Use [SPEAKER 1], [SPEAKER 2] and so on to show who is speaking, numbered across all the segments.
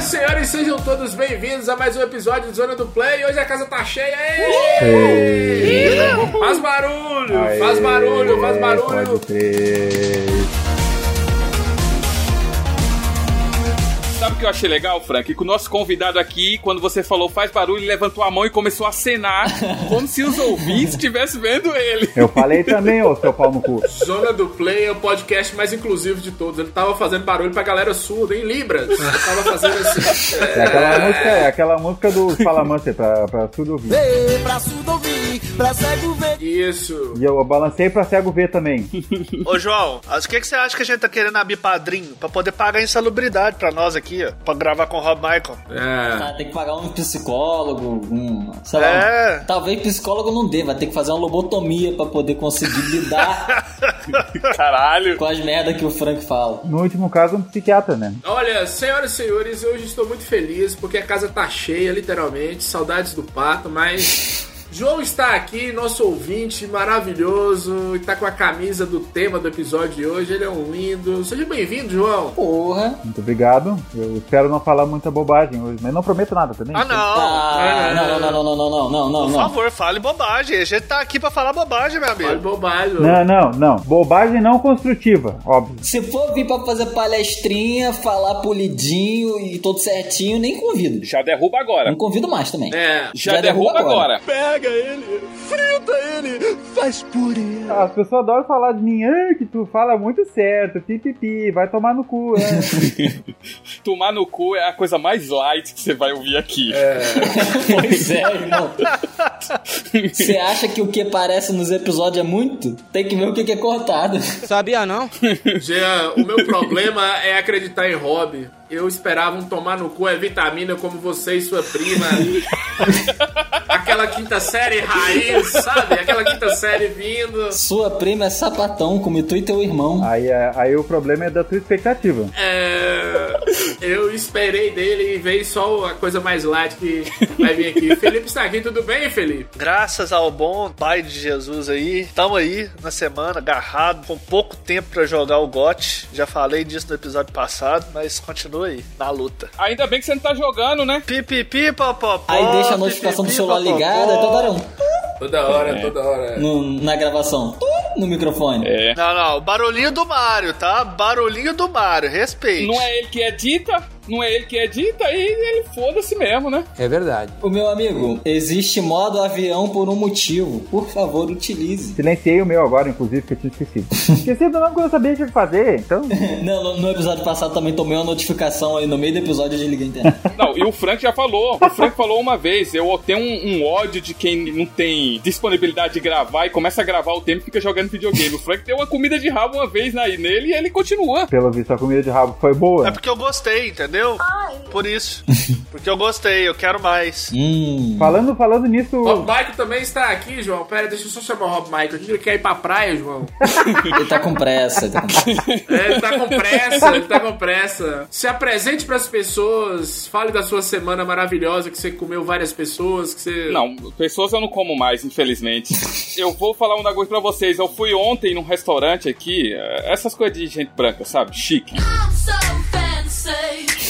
[SPEAKER 1] senhores, sejam todos bem-vindos a mais um episódio do Zona do Play. Hoje a casa tá cheia. Ei! Faz barulho, faz barulho, faz barulho.
[SPEAKER 2] Pode crer.
[SPEAKER 3] Sabe o que eu achei legal, Frank? Que o nosso convidado aqui, quando você falou faz barulho, ele levantou a mão e começou a acenar, como se os ouvintes estivessem vendo ele.
[SPEAKER 2] Eu falei também, ô seu pau no cu.
[SPEAKER 1] Zona do Play é o podcast mais inclusivo de todos. Ele tava fazendo barulho pra galera surda, em Libras. Ele tava fazendo assim.
[SPEAKER 2] É aquela música, é aquela música do Falamancer pra, pra tudo ouvir.
[SPEAKER 4] Ei, pra surdo ouvir, pra cego ver.
[SPEAKER 1] Isso.
[SPEAKER 2] E eu balancei pra cego ver também.
[SPEAKER 5] Ô, João, as- o que, que você acha que a gente tá querendo abrir padrinho? Pra poder pagar insalubridade pra nós aqui, ó. Pra gravar com o Rob Michael.
[SPEAKER 1] É.
[SPEAKER 6] Ah, tem que pagar um psicólogo, um. Sei lá.
[SPEAKER 5] É.
[SPEAKER 6] Talvez psicólogo não dê, vai ter que fazer uma lobotomia pra poder conseguir lidar
[SPEAKER 3] Caralho.
[SPEAKER 6] com as merdas que o Frank fala.
[SPEAKER 2] No último caso, um psiquiatra, né?
[SPEAKER 1] Olha, senhoras e senhores, hoje estou muito feliz porque a casa tá cheia, literalmente. Saudades do pato, mas. João está aqui, nosso ouvinte maravilhoso, e tá com a camisa do tema do episódio de hoje. Ele é um lindo. Seja bem-vindo, João.
[SPEAKER 6] Porra!
[SPEAKER 2] Muito obrigado. Eu espero não falar muita bobagem hoje, mas não prometo nada também.
[SPEAKER 5] Ah, não.
[SPEAKER 6] Ah, não, não, não, não, não, não, não, não,
[SPEAKER 5] Por
[SPEAKER 6] não.
[SPEAKER 5] favor, fale bobagem. A gente tá aqui pra falar bobagem, meu
[SPEAKER 1] Olha
[SPEAKER 5] amigo.
[SPEAKER 1] bobagem.
[SPEAKER 2] Não, não, não. Bobagem não construtiva, óbvio.
[SPEAKER 6] Se for vir pra fazer palestrinha, falar polidinho e tudo certinho, nem convido.
[SPEAKER 3] Já derruba agora.
[SPEAKER 6] Não convido mais também.
[SPEAKER 1] É.
[SPEAKER 3] Já, derruba, agora.
[SPEAKER 2] As pessoas adoram falar de mim, "Ah, que tu fala muito certo, pipipi, vai tomar no cu, né?
[SPEAKER 3] Tomar no cu é a coisa mais light que você vai ouvir aqui.
[SPEAKER 6] Pois é, irmão. Você acha que o que aparece nos episódios é muito? Tem que ver o que que é cortado.
[SPEAKER 4] Sabia não?
[SPEAKER 1] Jean, o meu problema é acreditar em hobby. Eu esperava um tomar no cu é vitamina como você e sua prima. Aquela quinta série raiz, sabe? Aquela quinta série vindo.
[SPEAKER 6] Sua prima é sapatão, como tu e teu irmão.
[SPEAKER 2] Aí, é- aí o problema é da tua expectativa.
[SPEAKER 1] É, eu esperei dele e veio só a coisa mais light que vai vir aqui. Felipe está aqui, tudo bem, Felipe?
[SPEAKER 5] Graças ao bom Pai de Jesus aí, tamo aí na semana, agarrado, com pouco tempo pra jogar o GOT. Já falei disso no episódio passado, mas continua aí, na luta.
[SPEAKER 3] Ainda bem que você não tá jogando, né?
[SPEAKER 5] Pipipi, popopó.
[SPEAKER 6] Aí deixa a notificação do
[SPEAKER 5] pipipi,
[SPEAKER 6] celular
[SPEAKER 5] popopó.
[SPEAKER 6] ligada, aí toda hora um
[SPEAKER 1] Toda hora, toda hora.
[SPEAKER 6] no- na gravação, tum, no microfone.
[SPEAKER 3] É.
[SPEAKER 5] Não, não, barulhinho do Mario, tá? Barulhinho do Mario, respeite.
[SPEAKER 3] Não é ele que edita, não é ele que edita e ele foda-se mesmo, né?
[SPEAKER 4] É verdade.
[SPEAKER 6] O meu amigo, existe modo avião por um motivo. Por favor, utilize.
[SPEAKER 2] Silenciei o meu agora, inclusive, que eu tinha esquecido. esquecido não, porque eu sabia que tinha que fazer, então.
[SPEAKER 6] Não, no, no episódio passado também tomei uma notificação aí no meio do episódio e desliguei a internet.
[SPEAKER 3] Não, e o Frank já falou. O Frank falou uma vez. Eu tenho um, um ódio de quem não tem disponibilidade de gravar e começa a gravar o tempo e fica jogando videogame. O Frank deu uma comida de rabo uma vez na, nele e ele continua.
[SPEAKER 2] Pelo visto, a comida de rabo foi boa.
[SPEAKER 5] É porque eu gostei, entendeu? Por isso. Porque eu gostei, eu quero mais.
[SPEAKER 6] hum.
[SPEAKER 2] Falando, falando nisso,
[SPEAKER 1] Rob Michael também está aqui, João. Pera, deixa eu só chamar o Rob Michael aqui. Ele quer ir pra praia, João.
[SPEAKER 6] Ele tá com pressa. ele tá com pressa.
[SPEAKER 1] É, ele tá com pressa, ele tá com pressa. Se apresente pras pessoas, fale da sua semana maravilhosa que você comeu várias pessoas, que você.
[SPEAKER 3] Não, pessoas eu não como mais, infelizmente. Eu vou falar um negócio pra vocês. Eu fui ontem num restaurante aqui, eh, essas coisas de gente branca, sabe? Chique.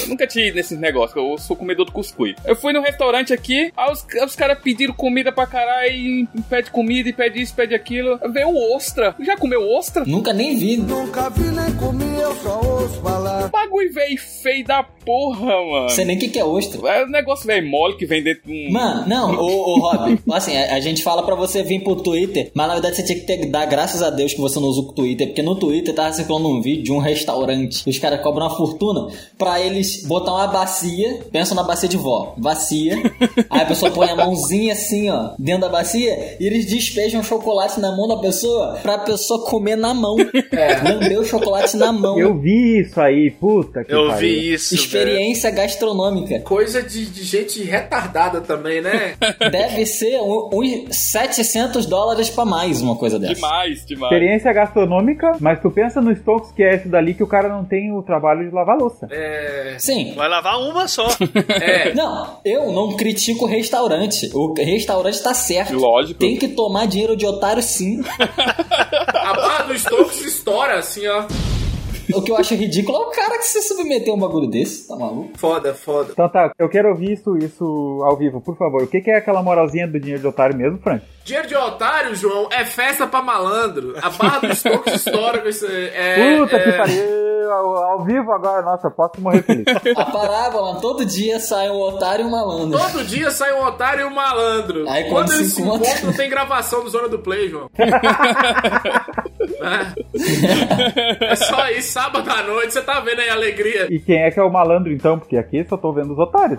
[SPEAKER 3] Eu nunca tinha ido nesses negócios, eu sou comedor do cuscuz. Eu fui num restaurante aqui, aí os, aí os caras pediram comida pra caralho, e pede comida, e pede isso, pede aquilo. Veio ostra. Já comeu ostra?
[SPEAKER 6] Nunca nem vi.
[SPEAKER 4] Nunca vi nem comi, eu só ouço
[SPEAKER 6] Ah.
[SPEAKER 4] falar.
[SPEAKER 3] O bagulho veio feio da porra, mano.
[SPEAKER 6] Sei nem o que, que é ostra.
[SPEAKER 3] É um negócio velho mole que vem dentro de um.
[SPEAKER 6] Mano, não, ô, ô Rob, assim, a, a gente fala pra você vir pro Twitter, mas na verdade você tinha que ter, dar graças a Deus que você não usa o Twitter, porque no Twitter tava circulando um vídeo de um restaurante, que os caras cobram uma fortuna pra eles botar uma bacia, pensa na bacia de vó, bacia, aí a pessoa põe a mãozinha assim, ó, dentro da bacia, e eles despejam chocolate na mão da pessoa pra pessoa comer na mão,
[SPEAKER 5] É.
[SPEAKER 6] lamber o chocolate na mão.
[SPEAKER 2] eu vi isso aí, puta que
[SPEAKER 5] Eu
[SPEAKER 2] pariu.
[SPEAKER 5] vi isso. velho.
[SPEAKER 6] Experiência gastronômica.
[SPEAKER 1] Coisa de, de gente retardada também, né?
[SPEAKER 6] Deve ser um- uns 700 dólares pra mais uma coisa dessa.
[SPEAKER 3] Demais, demais.
[SPEAKER 2] Experiência gastronômica, mas tu pensa no Stokes que é isso dali que o cara não tem o trabalho de lavar louça.
[SPEAKER 1] É.
[SPEAKER 6] Sim.
[SPEAKER 5] Vai lavar uma só.
[SPEAKER 1] é.
[SPEAKER 6] Não, eu não critico o restaurante. O restaurante tá certo.
[SPEAKER 3] Lógico.
[SPEAKER 6] Tem que tomar dinheiro de otário sim.
[SPEAKER 1] A barra do Stokes estoura, assim, ó.
[SPEAKER 6] O que eu acho ridículo é o cara que se submeteu a um bagulho desse, tá maluco?
[SPEAKER 1] Foda, foda.
[SPEAKER 2] Então tá, eu quero ouvir isso, isso ao vivo, por favor. O que, que é aquela moralzinha do dinheiro de otário mesmo, Frank?
[SPEAKER 1] Dinheiro de otário, João, é festa pra malandro. A barra do estoque estoura com isso aí. É,
[SPEAKER 2] Puta
[SPEAKER 1] é...
[SPEAKER 2] que pariu! Ao, ao vivo agora, nossa, posso morrer feliz.
[SPEAKER 6] A parábola, todo dia sai um otário e um malandro.
[SPEAKER 1] Todo dia sai um otário e um malandro.
[SPEAKER 6] Aí,
[SPEAKER 1] quando,
[SPEAKER 6] quando
[SPEAKER 1] eles
[SPEAKER 6] se
[SPEAKER 1] se
[SPEAKER 6] encontram-
[SPEAKER 1] encontram, tem gravação do Zona do Play, João. é. É só isso, sábado à noite, você tá vendo aí a alegria.
[SPEAKER 2] E quem é que é o malandro então? Porque aqui só tô vendo os otários.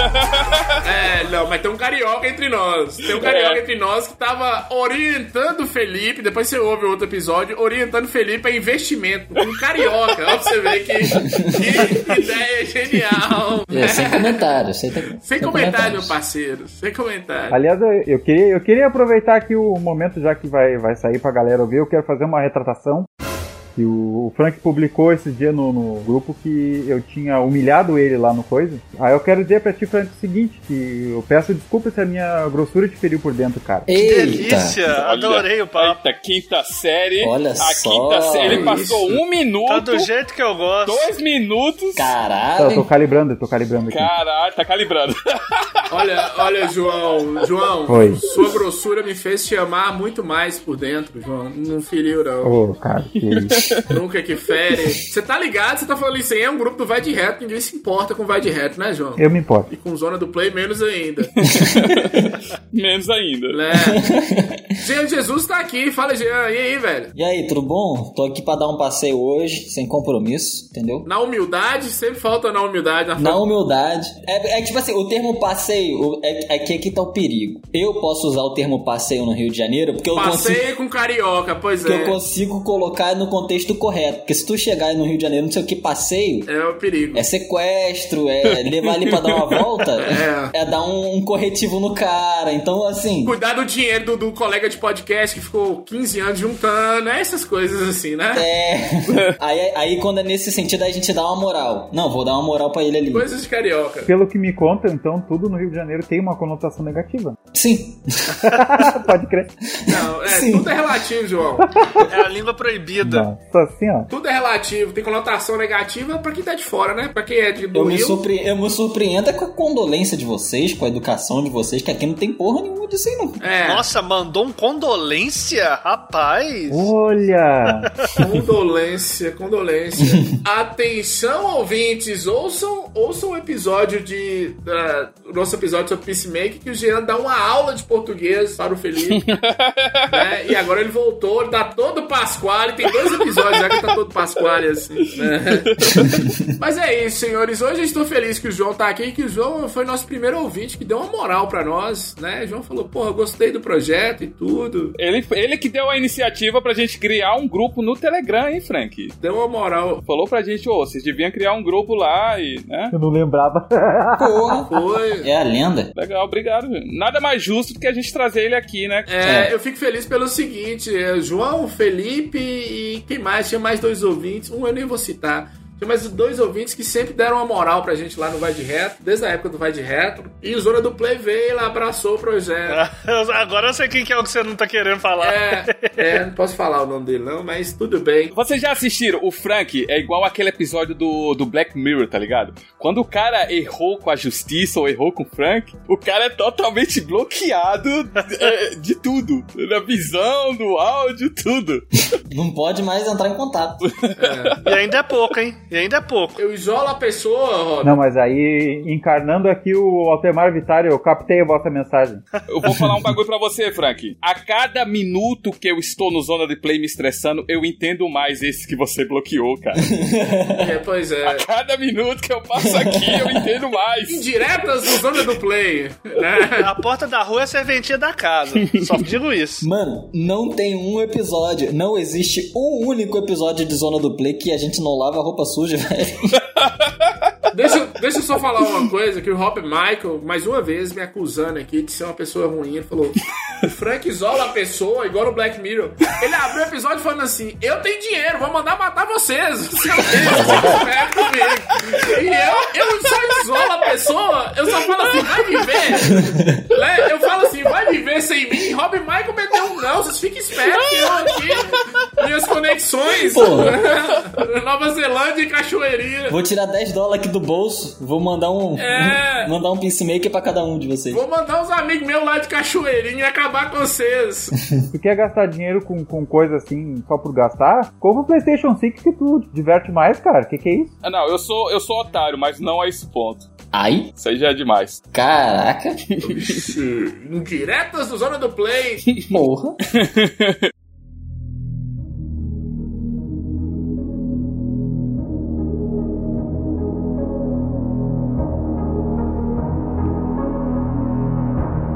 [SPEAKER 1] É, não, mas tem um carioca entre nós. Tem um carioca entre nós que tava orientando o Felipe, depois você ouve o outro episódio, orientando o Felipe a investimento. Um carioca, ó, pra você ver que, que ideia genial.
[SPEAKER 6] É, sem comentário, sem, te-
[SPEAKER 1] Sem comentário, meu parceiro. Sem comentário.
[SPEAKER 2] Aliás, eu, eu queria, eu queria aproveitar aqui o momento, já que vai, vai sair pra galera ouvir, eu quero fazer uma retratação. Que o, o Frank publicou esse dia no, no grupo que eu tinha humilhado ele lá no coisa. Aí eu quero dizer pra ti, Frank, o seguinte, que eu peço desculpa se a minha grossura te feriu por dentro, cara.
[SPEAKER 6] Eita!
[SPEAKER 5] Delícia! Adorei o papo.
[SPEAKER 3] Eita, quinta série.
[SPEAKER 6] Olha
[SPEAKER 3] a
[SPEAKER 6] só, é
[SPEAKER 3] Quinta série. Ele
[SPEAKER 1] isso.
[SPEAKER 3] passou um minuto,
[SPEAKER 5] Tá do jeito que eu gosto.
[SPEAKER 3] dois minutos.
[SPEAKER 2] Tá, eu
[SPEAKER 6] Caralho!
[SPEAKER 2] tô calibrando, eu tô calibrando aqui.
[SPEAKER 3] Caralho, tá calibrando.
[SPEAKER 1] Olha, olha, João, João,
[SPEAKER 2] Oi.
[SPEAKER 1] sua grossura me fez te amar muito mais por dentro, João. Não feriu, não.
[SPEAKER 2] Ô, cara, que isso.
[SPEAKER 1] Nunca que fere. Você tá ligado, você tá falando isso aí, é um grupo do Vai de Reto, ninguém se importa com Vai de Reto, né, João?
[SPEAKER 2] Eu me importo.
[SPEAKER 1] E com Zona do Play, menos ainda.
[SPEAKER 3] Menos ainda.
[SPEAKER 1] né? Jean Jesus tá aqui, fala, Jean, e aí, velho?
[SPEAKER 6] E aí, tudo bom? Tô aqui pra dar um passeio hoje, sem compromisso, entendeu?
[SPEAKER 1] Na humildade, sempre falta na humildade. Na
[SPEAKER 6] Na humildade. É, é que, tipo assim, o termo passeio o- é, é que aqui tá o perigo. Eu posso usar o termo passeio no Rio de Janeiro porque eu consigo.
[SPEAKER 1] Passeio com carioca, pois
[SPEAKER 6] Porque eu
[SPEAKER 1] é.
[SPEAKER 6] consigo colocar no contexto correto. Porque se tu chegar no Rio de Janeiro, não sei o que, passeio,
[SPEAKER 1] É o perigo.
[SPEAKER 6] É sequestro, é levar ele pra dar uma volta, é, dar um, um corretivo no cara. Então, assim,
[SPEAKER 1] Cuidar do dinheiro do, do colega de podcast que ficou 15 anos juntando, é essas coisas assim, né?
[SPEAKER 6] é. aí, aí, quando é nesse sentido, aí a gente dá uma moral. Não, vou dar uma moral pra ele ali.
[SPEAKER 1] Coisas de carioca.
[SPEAKER 2] Pelo que me contam, então, tudo no Rio de Janeiro tem uma conotação negativa.
[SPEAKER 6] Sim.
[SPEAKER 2] Pode crer.
[SPEAKER 1] Não, é,
[SPEAKER 6] Sim.
[SPEAKER 1] tudo é relativo, João.
[SPEAKER 5] É a língua proibida.
[SPEAKER 2] Nossa senhora.
[SPEAKER 1] Tudo é relativo. Tem conotação negativa pra quem tá de fora, né? Pra quem é de do
[SPEAKER 6] Eu me,
[SPEAKER 1] Rio.
[SPEAKER 6] surpre... eu me surpreendo é com a condolência de vocês, com a educação de vocês, que aqui não tem porra nenhuma disso aí, não.
[SPEAKER 1] É,
[SPEAKER 5] Nossa, mandou um condolência, rapaz.
[SPEAKER 2] Oh. Olha!
[SPEAKER 1] condolência, condolência. Atenção, ouvintes, ouçam, ouçam o episódio de. da- o nosso episódio sobre Peacemaker, que o Jean dá uma aula de português para o Felipe. né? E agora ele voltou, ele tá todo Pasquale, tem dois episódios já que tá todo Pasquale, assim. né? Mas é isso, senhores. Hoje eu estou feliz que o João tá aqui, que o João foi nosso primeiro ouvinte, que deu uma moral pra nós, né? O João falou, porra, gostei do projeto e tudo.
[SPEAKER 3] Ele, ele que deu a iniciativa pra gente criar um grupo no Telegram, hein, Frank?
[SPEAKER 1] Deu uma moral.
[SPEAKER 3] Falou pra gente, ô, vocês deviam criar um grupo lá e, né?
[SPEAKER 2] Eu não lembrava.
[SPEAKER 6] Porra.
[SPEAKER 1] Foi.
[SPEAKER 6] É a lenda.
[SPEAKER 3] Legal, obrigado. gente. Nada mais justo do que a gente trazer ele aqui, né?
[SPEAKER 1] É, eu fico feliz pelo seguinte: é, João, Felipe e quem mais? Tinha mais dois ouvintes, um eu nem vou citar. Tinha mais dois ouvintes que sempre deram uma moral pra gente lá no Vai de Reto, desde a época do Vai de Reto. E o Zona do Play veio lá, abraçou o projeto.
[SPEAKER 5] Agora eu sei quem que é o que você não tá querendo falar.
[SPEAKER 1] É, é, não posso falar o nome dele não, mas tudo bem.
[SPEAKER 3] Vocês já assistiram? O Frank é igual aquele episódio do, do Black Mirror, tá ligado? Quando o cara errou com a justiça ou errou com o Frank, o cara é totalmente bloqueado é, de tudo. Da visão, do áudio, tudo.
[SPEAKER 6] Não pode mais entrar em contato.
[SPEAKER 5] E ainda é pouco, hein? E ainda é pouco.
[SPEAKER 1] Eu isolo a pessoa, Rob.
[SPEAKER 2] Não, mas aí, encarnando aqui o Altemar Vitário, eu captei a vossa mensagem.
[SPEAKER 3] Eu vou falar um bagulho pra você, Frank. A cada minuto que eu estou no Zona de Play me estressando, eu entendo mais esse que você bloqueou, cara.
[SPEAKER 1] É, pois
[SPEAKER 3] A
[SPEAKER 1] é.
[SPEAKER 3] cada minuto que eu passo aqui, eu entendo mais.
[SPEAKER 1] Indiretas do Zona do Play, né?
[SPEAKER 5] A porta da rua é a serventia da casa. Só digo isso.
[SPEAKER 6] Mano, não tem um episódio, não existe um único episódio de Zona do Play que a gente não lava a roupa suja, velho.
[SPEAKER 1] Deixa, deixa eu só falar uma coisa, que o Hop Michael, mais uma vez, me acusando aqui de ser uma pessoa ruim, ele falou, o Frank isola a pessoa, igual no Black Mirror. Ele abriu o episódio falando assim, eu tenho dinheiro, vou mandar matar vocês. Se eu tenho, vocês ferram comigo. E eu, eu só isolo a pessoa, eu só falo assim, vai viver. Né? Eu falo assim, vai viver sem mim. Hop Michael meteu um não, vocês fiquem espertos, eu aqui, minhas conexões,
[SPEAKER 6] Porra.
[SPEAKER 1] Nova Zelândia e Cachoeirinha.
[SPEAKER 6] Vou tirar 10 dólares aqui do bolso, vou mandar um.
[SPEAKER 1] É.
[SPEAKER 6] mandar um peacemaker pra cada um de vocês.
[SPEAKER 1] Vou mandar uns amigos meus lá de Cachoeirinha e acabar com vocês.
[SPEAKER 2] Tu quer gastar dinheiro com, com coisa assim só por gastar? Compra o PlayStation 5 que tu diverte mais, cara. Que que é isso?
[SPEAKER 3] Ah, não, eu sou, eu sou otário, mas não a esse ponto.
[SPEAKER 6] Ai,
[SPEAKER 3] Isso aí já é demais.
[SPEAKER 6] caraca,
[SPEAKER 1] Indiretas do Zona do Play.
[SPEAKER 6] porra.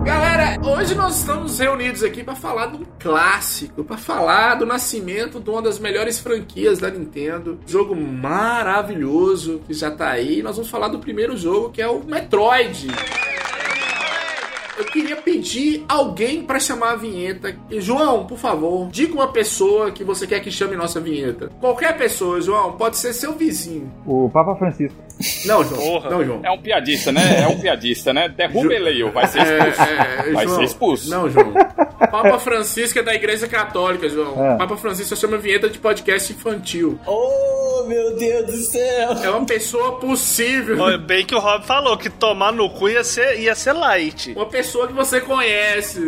[SPEAKER 1] Galera, hoje nós estamos reunidos aqui para falar de um clássico, para falar do nascimento de uma das melhores franquias da Nintendo, jogo maravilhoso que já tá aí. Nós vamos falar do primeiro jogo, que é o Metroid. Eu queria pedir alguém para chamar a vinheta. E, João, por favor, diga uma pessoa que você quer que chame nossa vinheta. Qualquer pessoa, João, pode ser seu vizinho.
[SPEAKER 2] O Papa Francisco.
[SPEAKER 1] Não, João.
[SPEAKER 5] Porra.
[SPEAKER 1] Não, João.
[SPEAKER 3] É um piadista, né? É um piadista, né? Derruba ele aí, vai ser expulso.
[SPEAKER 1] É, é,
[SPEAKER 3] Vai
[SPEAKER 1] João.
[SPEAKER 3] ser expulso.
[SPEAKER 1] Não, João. Papa Francisco é da Igreja Católica, João.
[SPEAKER 2] É.
[SPEAKER 1] Papa Francisco chama vinheta de podcast infantil.
[SPEAKER 6] Oh, meu Deus do céu.
[SPEAKER 1] É uma pessoa possível.
[SPEAKER 5] Ó, Bem que o Rob falou que tomar no cu ia ser, ia ser light.
[SPEAKER 1] Uma pessoa que você conhece.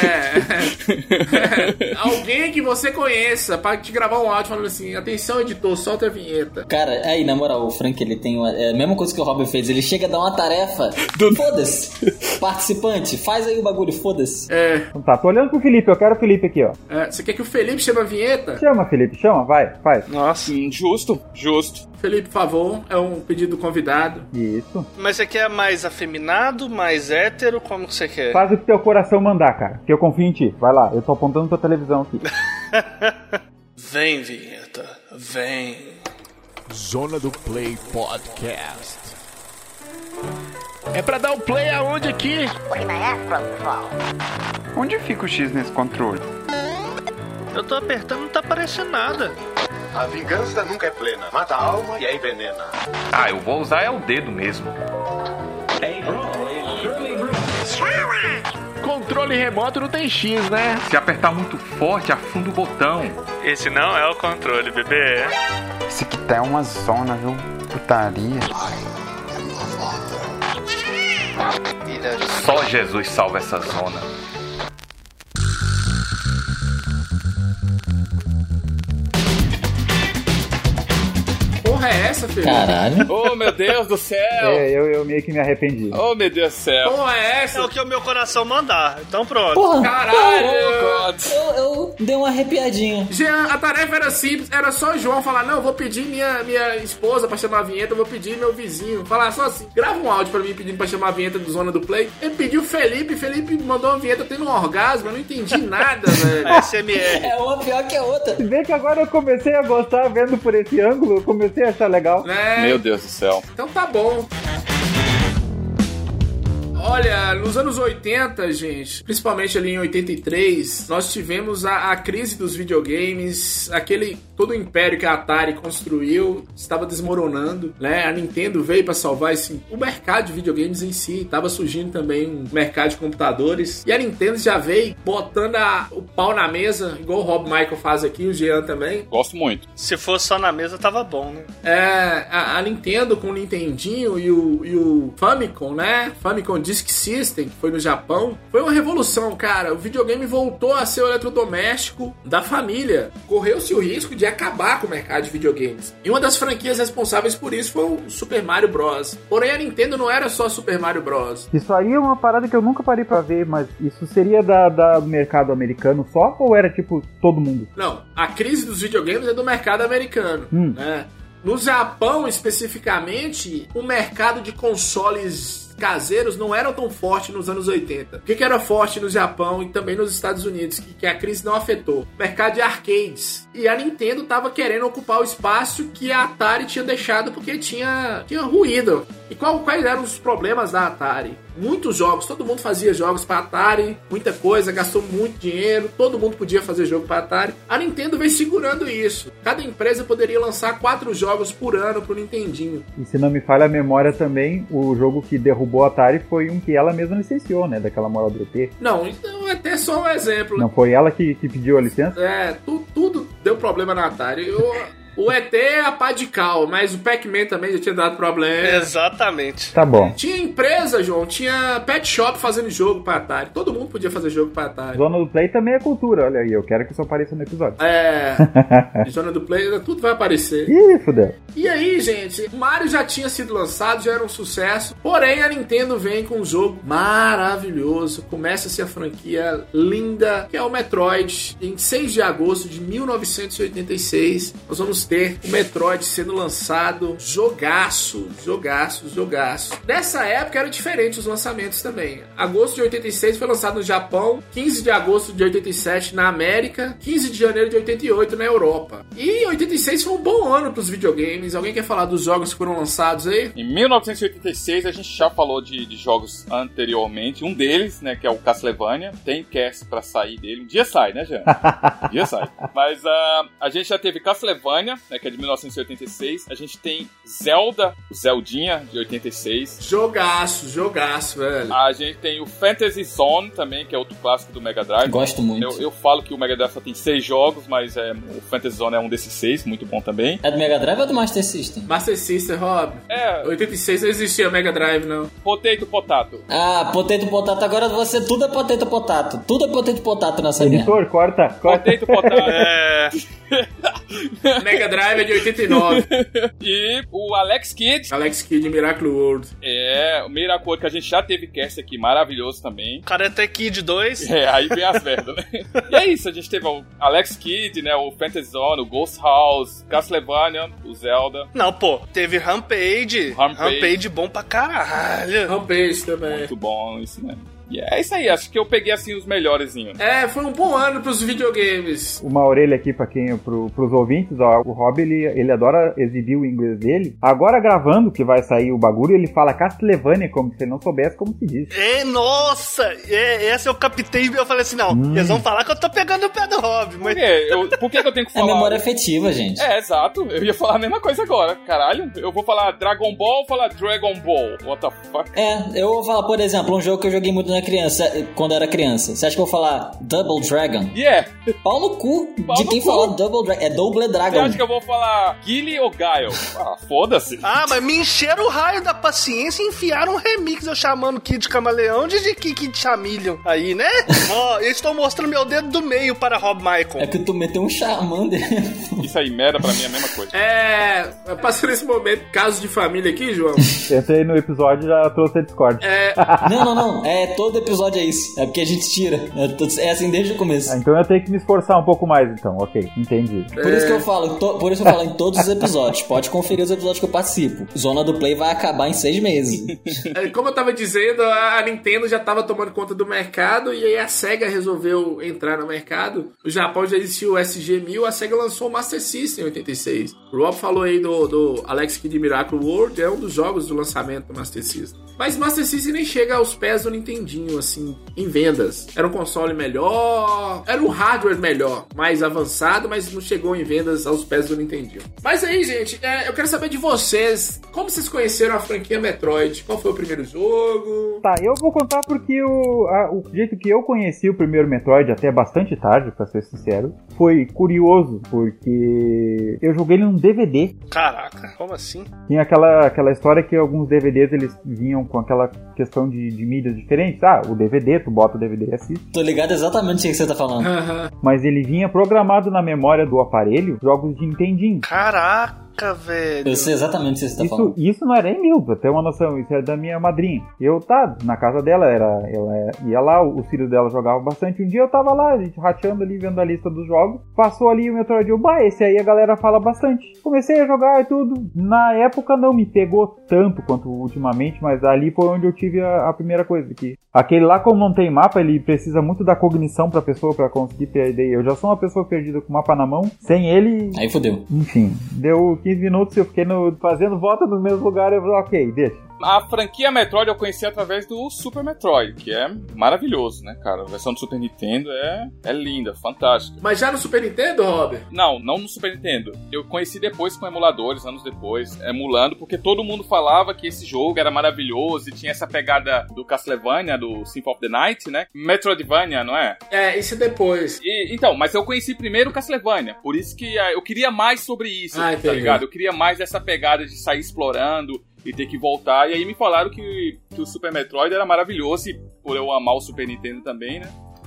[SPEAKER 1] é. Alguém que você conheça pra te gravar um áudio falando assim: atenção, editor, solta a vinheta.
[SPEAKER 6] Cara, aí, na moral, o Frank, ele tem uma, é a mesma coisa que o Robin fez. Ele chega a dar uma tarefa. Foda-se. Participante, faz aí o bagulho, foda-se.
[SPEAKER 1] É,
[SPEAKER 2] Então tá, tô olhando pro Felipe, eu quero o Felipe aqui, ó.
[SPEAKER 1] é, Você quer que o Felipe chame a vinheta?
[SPEAKER 2] Chama, Felipe, chama, vai, faz.
[SPEAKER 5] Nossa.
[SPEAKER 3] Hum, Justo, justo.
[SPEAKER 1] Felipe, por favor, é um pedido do convidado.
[SPEAKER 2] Isso.
[SPEAKER 5] Mas você quer mais afeminado, mais hétero? Como que você quer?
[SPEAKER 2] Faz o que teu coração mandar, cara. Que eu confio em ti. Vai lá, eu tô apontando pra televisão aqui.
[SPEAKER 5] Vem, vinheta. Vem.
[SPEAKER 7] Zona do Play Podcast. É pra dar o play aonde aqui?
[SPEAKER 8] Onde fica o X nesse controle?
[SPEAKER 5] Eu tô apertando, não tá aparecendo nada.
[SPEAKER 9] A vingança nunca é plena. Mata a alma e a envenena.
[SPEAKER 8] Ah, eu vou usar é o dedo mesmo.
[SPEAKER 7] Controle remoto não tem X, né?
[SPEAKER 8] Se apertar muito forte, afunda o botão.
[SPEAKER 5] Esse não é o controle, bebê.
[SPEAKER 8] Esse aqui tá uma zona, viu? Putaria. Só Jesus salva essa zona.
[SPEAKER 1] Porra, é essa, Felipe?
[SPEAKER 6] Caralho.
[SPEAKER 3] Oh, meu Deus do céu!
[SPEAKER 2] É, eu, eu meio que me arrependi.
[SPEAKER 3] Oh, meu Deus do céu!
[SPEAKER 1] Porra, é
[SPEAKER 5] É
[SPEAKER 1] essa?
[SPEAKER 5] o que o meu coração mandar. Então pronto.
[SPEAKER 6] Porra,
[SPEAKER 1] Caralho!
[SPEAKER 3] Oh, God.
[SPEAKER 6] eu, eu dei uma arrepiadinha.
[SPEAKER 1] Jean, a tarefa era simples, era só o João falar, não, eu vou pedir minha, minha esposa pra chamar a vinheta, eu vou pedir meu vizinho. Falar só assim, grava um áudio pra mim pedindo pra chamar a vinheta do Zona do Play. Ele pediu Felipe, Felipe mandou uma vinheta tendo um orgasmo, eu não entendi nada, velho.
[SPEAKER 5] SMR.
[SPEAKER 6] É uma pior que a outra.
[SPEAKER 2] Se bem que agora eu comecei a gostar vendo por esse ângulo, eu comecei a achar legal.
[SPEAKER 1] Né?
[SPEAKER 3] Meu Deus do céu.
[SPEAKER 1] Então tá bom. Olha, nos anos 80, gente, principalmente ali em 83, nós tivemos a, a crise dos videogames, aquele todo o império que a Atari construiu estava desmoronando, né? A Nintendo veio para salvar esse o mercado de videogames em si, estava surgindo também um mercado de computadores. E a Nintendo já veio botando a- o pau na mesa, igual o Rob Michael faz aqui, o Jean também,
[SPEAKER 3] Gosto muito.
[SPEAKER 5] Se fosse só na mesa, tava bom, né?
[SPEAKER 1] é, a, a Nintendo com o Nintendinho e o, e o Famicom, né? Famicom Disk System, que foi no Japão. Foi uma revolução, cara. O videogame voltou a ser o eletrodoméstico da família. Correu-se o risco de acabar com o mercado de videogames. E uma das franquias responsáveis por isso foi o Super Mario Bros. Porém, a Nintendo não era só Super Mario Bros.
[SPEAKER 2] Isso aí é uma parada que eu nunca parei pra ver, mas isso seria da, da- do mercado americano só ou era tipo todo mundo?
[SPEAKER 1] Não, a crise dos videogames é do mercado americano,
[SPEAKER 2] Hum.
[SPEAKER 1] né? No Japão, especificamente, o mercado de consoles caseiros não era tão forte nos anos 80. O que, que era forte no Japão e também nos Estados Unidos, que, que a crise não afetou? O mercado de arcades. E a Nintendo estava querendo ocupar o espaço que a Atari tinha deixado porque tinha, tinha ruído. E qual- quais eram os problemas da Atari? Muitos jogos, todo mundo fazia jogos para Atari, muita coisa, gastou muito dinheiro, todo mundo podia fazer jogo para Atari. A Nintendo vem segurando isso. Cada empresa poderia lançar quatro jogos por ano pro Nintendinho.
[SPEAKER 2] E se não me falha a memória também, o jogo que derrubou a Atari foi um que ela mesma licenciou, né? Daquela moral do ET.
[SPEAKER 1] Não, então é é só um exemplo.
[SPEAKER 2] Não foi ela que, que pediu a licença?
[SPEAKER 1] É, tu- tudo deu problema na Atari. O, o ET é a pá de cal, mas o Pac-Man também já tinha dado
[SPEAKER 5] É.
[SPEAKER 1] problema.
[SPEAKER 5] Exatamente.
[SPEAKER 2] Tá bom.
[SPEAKER 1] Tinha empresa, João, tinha pet shop fazendo jogo pra Atari. Todo mundo podia fazer jogo pra Atari.
[SPEAKER 2] Zona do Play também é cultura, olha aí, eu quero que isso apareça no episódio.
[SPEAKER 1] É, zona do play, tudo vai aparecer.
[SPEAKER 2] Ih, fudeu.
[SPEAKER 1] E aí, gente, Mario já tinha sido lançado, já era um sucesso. Porém, a Nintendo vem com um jogo maravilhoso. Começa-se a franquia linda, que é o Metroid. Em 6 de agosto de 1986, nós vamos ter o Metroid sendo lançado. Jogaço, jogaço, jogaço. Nessa época era diferente os lançamentos também. Agosto de 86 foi lançado no Japão, 15 de agosto de 87 na América, 15 de janeiro de 88 na Europa. E 86 foi um bom ano pros videogames. Alguém quer falar dos jogos que foram lançados aí?
[SPEAKER 3] Em 1986, a gente já falou de, de jogos anteriormente. Um deles, né, que é o Castlevania. Tem cast pra sair dele. Um dia sai, né, Jean? Um dia sai. Mas ah, a gente já teve Castlevania, né, que é de 1986. A gente tem Zelda, o Zeldinha, de 86.
[SPEAKER 1] Jogaço, jogaço, velho.
[SPEAKER 3] A gente tem o Fantasy Zone também, que é outro clássico do Mega Drive.
[SPEAKER 6] Gosto muito.
[SPEAKER 3] Eu, eu falo que o Mega Drive só tem seis jogos, mas é, o Fantasy Zone é um desses seis, muito bom também.
[SPEAKER 6] É do Mega Drive ou do Master System?
[SPEAKER 1] Master System, Rob.
[SPEAKER 3] É,
[SPEAKER 1] 86 não existia Mega Drive, não.
[SPEAKER 3] Potato Potato.
[SPEAKER 6] Ah, potato potato. Agora você tudo é potato potato. Tudo é potato potato nessa linha.
[SPEAKER 2] Editor, corta, corta.
[SPEAKER 3] Potato Potato.
[SPEAKER 5] É.
[SPEAKER 1] Mega Drive é de 89.
[SPEAKER 3] E o Alex Kidd.
[SPEAKER 1] Alex Kidd Miracle World.
[SPEAKER 3] É, o Miracle que a gente já teve cast aqui, maravilhoso também.
[SPEAKER 5] Karate é Kid 2.
[SPEAKER 3] É, aí vem as merdas, né? E é isso, a gente teve o Alex Kidd, né? O Fantasy Zone, o Ghost House, Castlevania, o Zelda.
[SPEAKER 5] Não, pô, teve Rampage.
[SPEAKER 3] Rampage.
[SPEAKER 5] bom pra caralho.
[SPEAKER 1] Rampage também.
[SPEAKER 3] Muito bom, isso mesmo. E é isso aí, acho que eu peguei assim os melhorezinhos.
[SPEAKER 1] É, foi um bom ano pros videogames.
[SPEAKER 2] Uma orelha aqui pra quem, pro, pros ouvintes, ó, o Rob, ele, ele adora exibir o inglês dele. Agora gravando, que vai sair o bagulho, ele fala Castlevania, como se ele não soubesse como se diz.
[SPEAKER 5] É, nossa! É, essa eu captei e eu falei assim: não, eles vão falar que eu tô pegando o pé do Rob,
[SPEAKER 3] Por
[SPEAKER 5] mas.
[SPEAKER 3] quê? Eu- por que, que eu tenho que
[SPEAKER 6] É
[SPEAKER 3] falar?
[SPEAKER 6] memória afetiva, gente.
[SPEAKER 3] É, exato. Eu ia falar a mesma coisa agora. Caralho, eu vou falar Dragon Ball ou falar Dragon Ball? What the fuck?
[SPEAKER 6] É, eu vou falar, por exemplo, um jogo que eu joguei muito na criança, quando era criança. Você acha que eu vou falar Double Dragon?
[SPEAKER 3] Yeah,
[SPEAKER 6] Pau no cu
[SPEAKER 3] Pau
[SPEAKER 6] de
[SPEAKER 3] no
[SPEAKER 6] quem
[SPEAKER 3] cu.
[SPEAKER 6] fala Double Dragon. É Double
[SPEAKER 3] você
[SPEAKER 6] Dragon.
[SPEAKER 3] acha que eu vou falar Guile ou Gaio? Ah, foda-se.
[SPEAKER 5] Ah, mas me encheram o raio da paciência e enfiaram um remix eu chamando Kid Camaleão de de Kid Chamilho. Aí, né? Ó, eu estou mostrando meu dedo do meio para Rob
[SPEAKER 6] É
[SPEAKER 5] Michael.
[SPEAKER 6] que tu meteu um Charmander.
[SPEAKER 3] Isso aí, merda pra mim é a mesma coisa.
[SPEAKER 1] É, passando esse momento, caso de família aqui, João.
[SPEAKER 2] Entrei no episódio e já trouxe a Discord.
[SPEAKER 1] É,
[SPEAKER 6] não, não, não. É, todo episódio é isso. É porque a gente tira. É, to- é assim desde o começo.
[SPEAKER 2] Ah, Então eu tenho que me esforçar um pouco mais, então. Ok, entendi.
[SPEAKER 6] Por isso que eu falo, to- por isso eu falo em todos os episódios. Pode conferir os episódios que eu participo. Zona do Play vai acabar em seis meses.
[SPEAKER 1] É, Como eu tava dizendo, a Nintendo já tava tomando conta do mercado e aí a SEGA resolveu entrar no mercado. No Japão já existia o SG-1000, a SEGA lançou o Master System em 86. O Rob falou aí do, do Alex Kidd Miracle World, é um dos jogos do lançamento do Master System. Mas Master System nem chega aos pés do Nintendinho, assim, em vendas. Era um console melhor, era um hardware melhor, mais avançado, mas não chegou em vendas aos pés do Nintendinho. Mas aí, gente, é, eu quero saber de vocês, como vocês conheceram a franquia Metroid? Qual foi o primeiro jogo?
[SPEAKER 2] Tá, eu vou contar porque o, a- o jeito que eu conheci o primeiro Metroid, até bastante tarde, pra ser sincero, foi curioso, porque eu joguei ele num DVD.
[SPEAKER 5] Caraca, como assim?
[SPEAKER 2] Tinha aquela, aquela história que alguns DVDs eles vinham com aquela questão de, de mídias diferentes. Ah, o DVD, tu bota o DVD e assiste.
[SPEAKER 6] Tô ligado exatamente o que você tá falando.
[SPEAKER 3] Ah.
[SPEAKER 2] Mas ele vinha programado na memória do aparelho jogos de Nintendinho.
[SPEAKER 5] Caraca, velho.
[SPEAKER 6] Eu sei exatamente o que você tá
[SPEAKER 2] Isso,
[SPEAKER 6] falando.
[SPEAKER 2] isso não era em mil, pra ter uma noção, isso era da minha madrinha. Eu tá na casa dela, era, ela é, ia lá, o filho dela jogava bastante. Um dia eu tava lá, a gente rateando ali, vendo a lista dos jogos. Passou ali o Metroid, eu, bah, esse aí a galera fala bastante. Comecei a jogar e tudo. Na época não me pegou tanto quanto ultimamente, mas ali foi onde eu tive a, a primeira coisa. Que aquele lá, como não tem mapa, ele precisa muito da cognição pra pessoa pra conseguir ter a ideia. Eu já sou uma pessoa perdida com o mapa na mão, sem ele
[SPEAKER 6] Aí fodeu.
[SPEAKER 2] enfim, deu 15 minutos e eu fiquei no- fazendo volta no mesmo lugar. Eu falei, ok, deixa.
[SPEAKER 3] A franquia Metroid eu conheci através do Super Metroid, que é maravilhoso, né, cara? A versão do Super Nintendo é, é linda, fantástica.
[SPEAKER 1] Mas já no Super Nintendo, Robert?
[SPEAKER 3] Não, não no Super Nintendo. Eu conheci depois com emuladores, anos depois, emulando, porque todo mundo falava que esse jogo era maravilhoso e tinha essa pegada do Castlevania, do Symphony of the Night, né? Metroidvania, não é?
[SPEAKER 1] É, isso é depois.
[SPEAKER 3] E, então, mas eu conheci primeiro o Castlevania, por isso que ah, eu queria mais sobre isso,
[SPEAKER 1] Ah,
[SPEAKER 3] tá
[SPEAKER 1] entendi.
[SPEAKER 3] ligado? Eu queria mais essa pegada de sair explorando e ter que voltar. E aí me falaram que, que o Super Metroid era maravilhoso, e por eu amar o Super Nintendo também, né?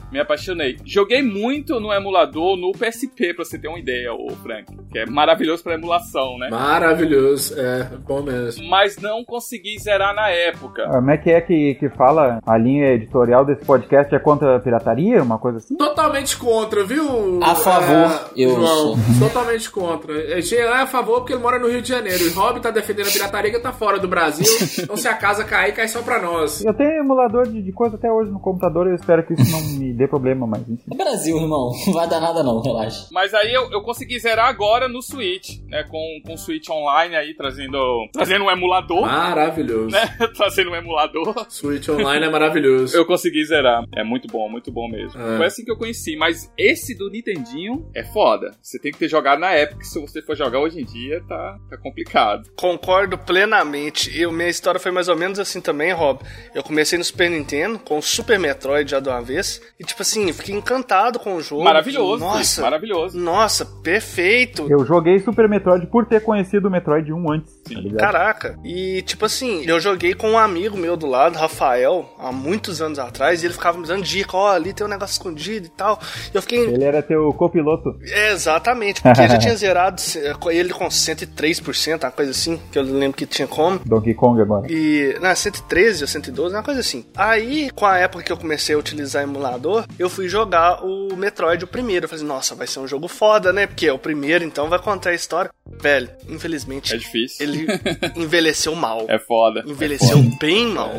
[SPEAKER 3] Me apaixonei. Joguei muito no emulador no PSP, pra você ter uma ideia, ô Frank. Que é maravilhoso pra emulação, né?
[SPEAKER 1] Maravilhoso, é, bom mesmo.
[SPEAKER 3] Mas não consegui zerar na época.
[SPEAKER 2] Como é que é que, que fala a linha editorial desse podcast? É contra a pirataria? Uma coisa assim?
[SPEAKER 1] Totalmente contra, viu?
[SPEAKER 6] A favor,
[SPEAKER 1] é,
[SPEAKER 6] eu
[SPEAKER 1] João, Totalmente contra. É, Jean é a favor porque ele mora no Rio de Janeiro. E Rob tá defendendo a pirataria que tá fora do Brasil. Então se a casa cair, cai só pra nós.
[SPEAKER 2] Eu tenho emulador de, de coisa até hoje no computador, eu espero que isso não me dê problema, mas enfim.
[SPEAKER 6] É Brasil, irmão. Não vai dar nada não, relaxa.
[SPEAKER 3] Mas aí eu, eu consegui zerar agora no Switch, né? Com, com o Switch online aí, trazendo, trazendo um emulador.
[SPEAKER 1] Maravilhoso.
[SPEAKER 3] trazendo um emulador.
[SPEAKER 1] Switch Online é maravilhoso.
[SPEAKER 3] Eu consegui zerar. É muito bom, muito bom mesmo.
[SPEAKER 1] É.
[SPEAKER 3] Foi assim que eu conheci. Mas esse do Nintendinho é foda. Você tem que ter jogado na época. Se você for jogar hoje em dia, tá, tá complicado.
[SPEAKER 5] Concordo plenamente. Eu, minha história foi mais ou menos assim também, Rob. Eu comecei no Super Nintendo, com o Super Metroid já de uma vez. E, tipo assim, fiquei encantado com o jogo.
[SPEAKER 3] maravilhoso,
[SPEAKER 5] Nossa,
[SPEAKER 3] maravilhoso.
[SPEAKER 5] nossa, perfeito.
[SPEAKER 2] Eu joguei Super Metroid por ter conhecido o Metroid 1 antes, tá ligado?
[SPEAKER 5] Caraca. E, tipo assim, eu joguei com um amigo meu do lado, Rafael, há muitos anos atrás. E ele ficava me dando dica, ó, ali tem um negócio escondido e tal. E eu fiquei
[SPEAKER 2] Ele era teu copiloto.
[SPEAKER 5] É, exatamente, porque eu já tinha zerado eh, com ele com 103%, uma coisa assim, que eu lembro que tinha como.
[SPEAKER 2] Donkey Kong agora.
[SPEAKER 5] E, na 113 ou 112, uma coisa assim. Aí, com a época que eu comecei a utilizar emulador, eu fui jogar o Metroid, o primeiro. Eu falei, nossa, vai ser um jogo foda, né? Porque é o primeiro, então vai contar a história. Velho, infelizmente,
[SPEAKER 3] É difícil.
[SPEAKER 5] ele envelheceu mal.
[SPEAKER 3] É foda.
[SPEAKER 5] Envelheceu bem mal.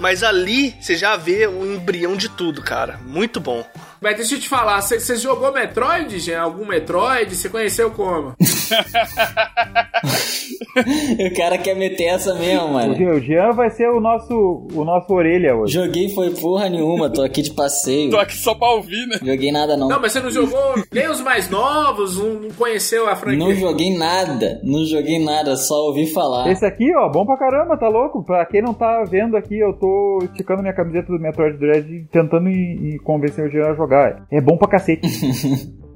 [SPEAKER 5] Mas ali você já vê o embrião de tudo, cara. Muito bom.
[SPEAKER 3] Tá
[SPEAKER 1] Mas deixa eu te falar, você- você jogou Metroid, Jean? Algum Metroid? Você conheceu como?
[SPEAKER 6] O cara quer meter essa mesmo,
[SPEAKER 2] O
[SPEAKER 6] mano.
[SPEAKER 2] Jean- o Jean vai ser o nosso, o nosso orelha hoje.
[SPEAKER 6] Joguei foi porra nenhuma, tô aqui de passeio.
[SPEAKER 3] Tô aqui só pra ouvir, né?
[SPEAKER 6] Joguei nada não.
[SPEAKER 1] Não, mas você não jogou nem os mais novos, não não conheceu a franquia.
[SPEAKER 6] Não joguei nada, não joguei nada, só ouvi falar.
[SPEAKER 2] Esse é- aqui, ó, bom pra caramba, tá louco? Pra quem não tá vendo aqui, eu tô esticando minha camiseta do Metroid Dread tentando e, e convencer o Jean a jogar. É bom pra cacete.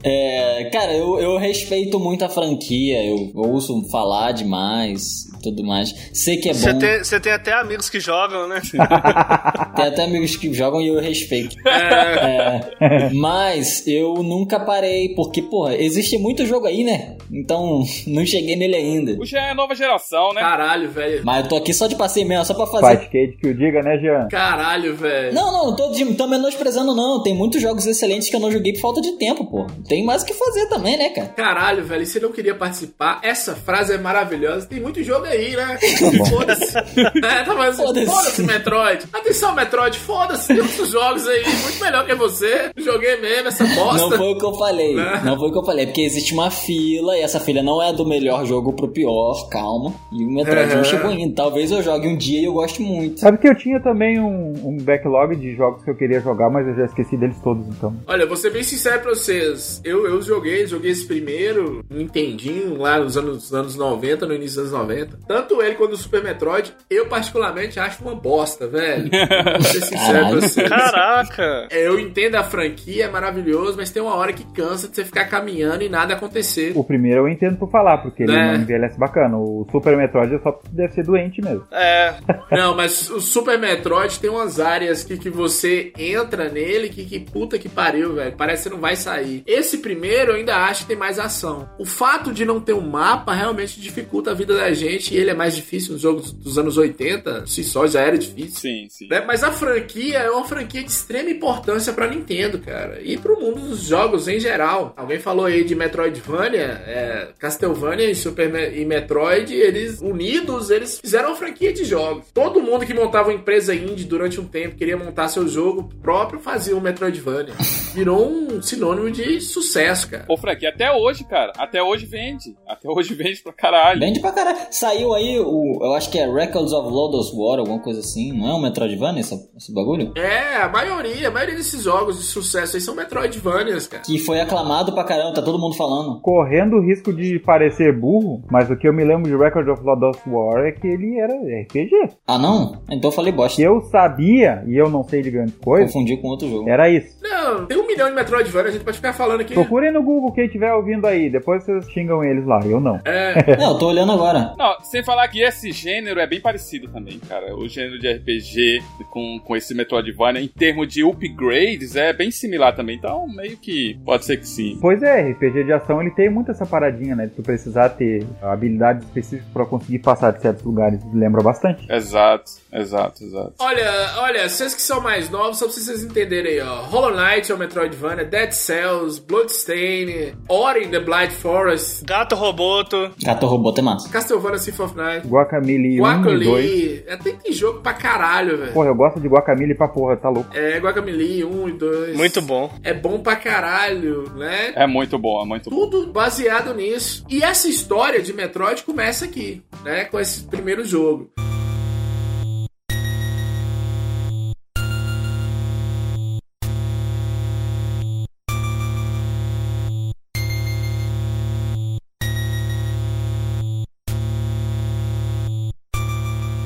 [SPEAKER 6] É, cara, eu, eu respeito muito a franquia, eu ouço falar demais e tudo mais. Sei que é
[SPEAKER 5] Você
[SPEAKER 6] bom, tem...
[SPEAKER 5] tem, você tem até amigos que jogam, né?
[SPEAKER 6] até amigos que jogam e eu respeito.
[SPEAKER 1] É,
[SPEAKER 6] É, mas eu nunca parei, porque, porra, existe muito jogo aí, né? Então não cheguei nele ainda.
[SPEAKER 3] O Jean é nova geração, né?
[SPEAKER 1] Caralho, velho.
[SPEAKER 6] Mas eu tô aqui só de passeio mesmo, só pra fazer
[SPEAKER 2] Fightcade que o diga, né, Jean?
[SPEAKER 1] Caralho, velho.
[SPEAKER 6] Não, não, tô, de- tô menosprezando, não. Tem muitos jogos excelentes que eu não joguei por falta de tempo, pô. Tem mais o que fazer também, né, cara?
[SPEAKER 1] Caralho, velho, você não queria participar? Essa frase é maravilhosa. Tem muito jogo aí, né?
[SPEAKER 6] Tá
[SPEAKER 1] Foda-se. É, tá mas
[SPEAKER 6] Foda-se.
[SPEAKER 1] foda-se, Metroid. Atenção, Metroid, foda-se. Tem outros jogos aí, muito melhor que você. Joguei mesmo essa bosta.
[SPEAKER 6] Não foi o que eu falei. Não foi o que eu falei. é Porque existe uma fila e essa fila não é do melhor jogo pro pior, calma. E o Metroid não
[SPEAKER 1] É.
[SPEAKER 6] chegou ainda. Talvez eu jogue um dia e eu goste muito.
[SPEAKER 2] Sabe que eu tinha também um, um backlog de jogos que eu queria jogar, mas eu já esqueci deles todos, então.
[SPEAKER 1] Olha, vou ser bem sincero pra vocês. Eu, eu joguei, joguei esse primeiro Nintendinho lá nos anos, anos 90, no início dos anos 90. Tanto ele quanto o Super Metroid, eu particularmente acho uma bosta, velho. Vou ser sincero pra
[SPEAKER 6] Caralho.
[SPEAKER 1] vocês.
[SPEAKER 5] Caraca!
[SPEAKER 1] É, Eu entendo a franquia, é maravilhoso, mas tem uma hora que cansa de você ficar caminhando e nada acontecer.
[SPEAKER 2] O primeiro eu entendo tu falar, porque ele
[SPEAKER 1] Né?
[SPEAKER 2] não envelhece bacana. O Super Metroid é só porque tu deve ser doente mesmo.
[SPEAKER 5] É,
[SPEAKER 1] Não, mas o Super Metroid tem umas áreas que, que você entra nele que, que puta que pariu, velho. Parece que não vai sair. Esse primeiro eu ainda acho que tem mais ação. O fato de não ter um mapa realmente dificulta a vida da gente e ele é mais difícil. Nos jogos dos anos 80, se só já era difícil.
[SPEAKER 3] Sim, sim.
[SPEAKER 1] né? Mas a franquia é uma franquia de extrema importância pra Nintendo, cara, e pro mundo dos jogos em geral. Alguém falou aí de Metroidvania, é, Castlevania e Super Me- e Metroid, eles unidos, eles fizeram uma franquia de jogos. Todo mundo que montava uma empresa indie durante um tempo queria montar seu jogo próprio, fazia um Metroidvania. Virou um sinônimo de sucesso, cara.
[SPEAKER 3] Ô, Frank, e até hoje, cara. Até hoje vende. Até hoje vende pra caralho.
[SPEAKER 6] Vende pra caralho. Saiu saiu aí o. Eu acho que é Records of Lodoss War, alguma coisa assim. Não é um Metroidvania essa- esse bagulho?
[SPEAKER 1] É, a maioria, a maioria desses jogos de sucesso aí são Metroidvanias, cara.
[SPEAKER 6] Que foi aclamado pra caramba, tá todo mundo falando.
[SPEAKER 2] Correndo o risco de parecer burro, mas o que eu me lembro de Record of Lodoss War é que ele era RPG.
[SPEAKER 6] Ah não? Então eu falei
[SPEAKER 2] Que
[SPEAKER 6] bosta.
[SPEAKER 2] eu sabia, e eu não sei de grande coisa,
[SPEAKER 6] Confundi com outro jogo.
[SPEAKER 2] era isso.
[SPEAKER 1] Não, tem um milhão de Metroidvania, a gente pode ficar falando aqui.
[SPEAKER 2] Procurem no Google quem estiver ouvindo aí, depois vocês xingam eles lá, eu não.
[SPEAKER 1] É,
[SPEAKER 6] É, eu tô olhando agora.
[SPEAKER 3] Não, sem falar que esse gênero é bem parecido também, cara. O gênero de RPG com, com esse Metroidvania, em termos de upgrades, é bem similar também. Então, meio que pode ser que sim.
[SPEAKER 2] Pois é, RPG de ação ele tem muito essa paradinha, né? De tu precisar ter habilidades específicas pra conseguir passar de certos lugares, lembra bastante.
[SPEAKER 3] Exato, exato, exato.
[SPEAKER 1] olha, olha, vocês que são mais novos, só pra vocês entenderem aí, ó. Hollow Knight é um Metroidvania, Dead Cells, Bloodstain, Ori in the Blind Forest,
[SPEAKER 5] Gato Roboto.
[SPEAKER 6] Gato robô tem massa.
[SPEAKER 1] Castlevania Symphony of Night,
[SPEAKER 2] Guacamole 1 e 2.
[SPEAKER 1] Guacamelee. É, tem, tem jogo pra caralho, velho.
[SPEAKER 2] Porra, eu gosto de Guacamole pra porra, tá louco.
[SPEAKER 1] É, Guacamelee 1 e 2.
[SPEAKER 5] Muito bom.
[SPEAKER 1] É bom pra caralho, né?
[SPEAKER 3] É muito bom, é muito bom.
[SPEAKER 1] Tudo baseado nisso. E essa história de Metroid começa aqui, né? Com esse primeiro jogo.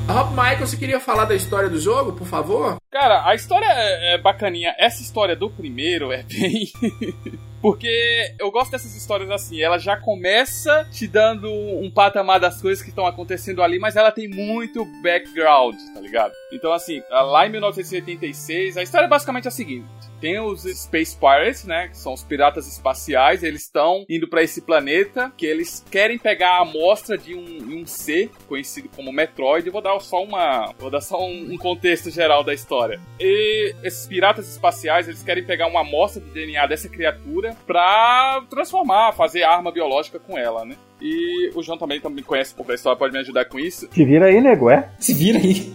[SPEAKER 1] Rob Michael, você queria falar da história do jogo, por favor?
[SPEAKER 3] Cara, a história é é bacaninha. Essa história do primeiro é bem. Porque eu gosto dessas histórias assim, ela já começa te dando um patamar das coisas que estão acontecendo ali, mas ela tem muito background, tá ligado? Então, assim, lá em 1986, a história é basicamente a seguinte: tem os Space Pirates, né? Que são os piratas espaciais, eles estão indo pra esse planeta, que eles querem pegar a amostra de um, um ser conhecido como Metroid. Eu vou dar só uma. Vou dar só um- um contexto geral da história. E esses piratas espaciais, eles querem pegar uma amostra do DNA dessa criatura pra transformar, fazer arma biológica com ela, né? E o João também, também conhece um pouco da história, pode me ajudar com isso.
[SPEAKER 2] Se vira aí, nego, é?
[SPEAKER 6] Se vira aí.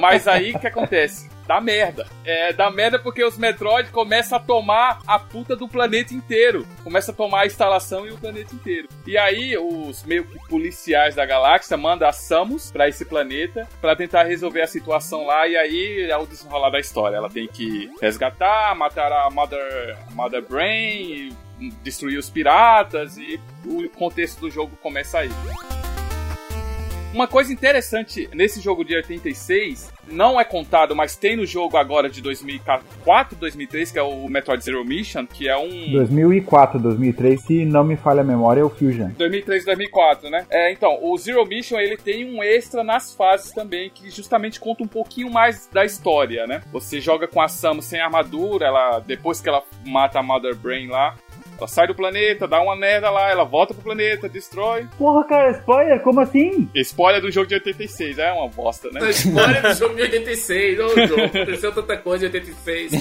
[SPEAKER 3] Mas aí o que acontece? Dá merda. É, dá merda porque os Metroid começam a tomar a puta do planeta inteiro. Começa a tomar a instalação e o planeta inteiro. E aí os meio que policiais da galáxia mandam a Samus pra esse planeta pra tentar resolver a situação lá. E aí é o desenrolar da história. Ela tem que resgatar, matar a Mother, Mother Brain, e destruir os piratas e o contexto do jogo começa aí. Uma coisa interessante nesse jogo de 86, não é contado, mas tem no jogo agora de 2004, 2003, que é o Metroid Zero Mission, que é um
[SPEAKER 2] 2004, 2003, se não me falha a memória, é o Fusion.
[SPEAKER 3] 2003, 2004, né? É, então, o Zero Mission ele tem um extra nas fases também, que justamente conta um pouquinho mais da história, né? Você joga com a Samus sem armadura, ela depois que ela mata a Mother Brain lá, ela sai do planeta, dá uma merda lá, ela volta pro planeta, destrói.
[SPEAKER 2] Porra, cara, spoiler, como assim?
[SPEAKER 3] Spoiler do jogo de 86, é uma bosta, né?
[SPEAKER 1] A história do jogo de 86, ô jogo, aconteceu tanta coisa em 86.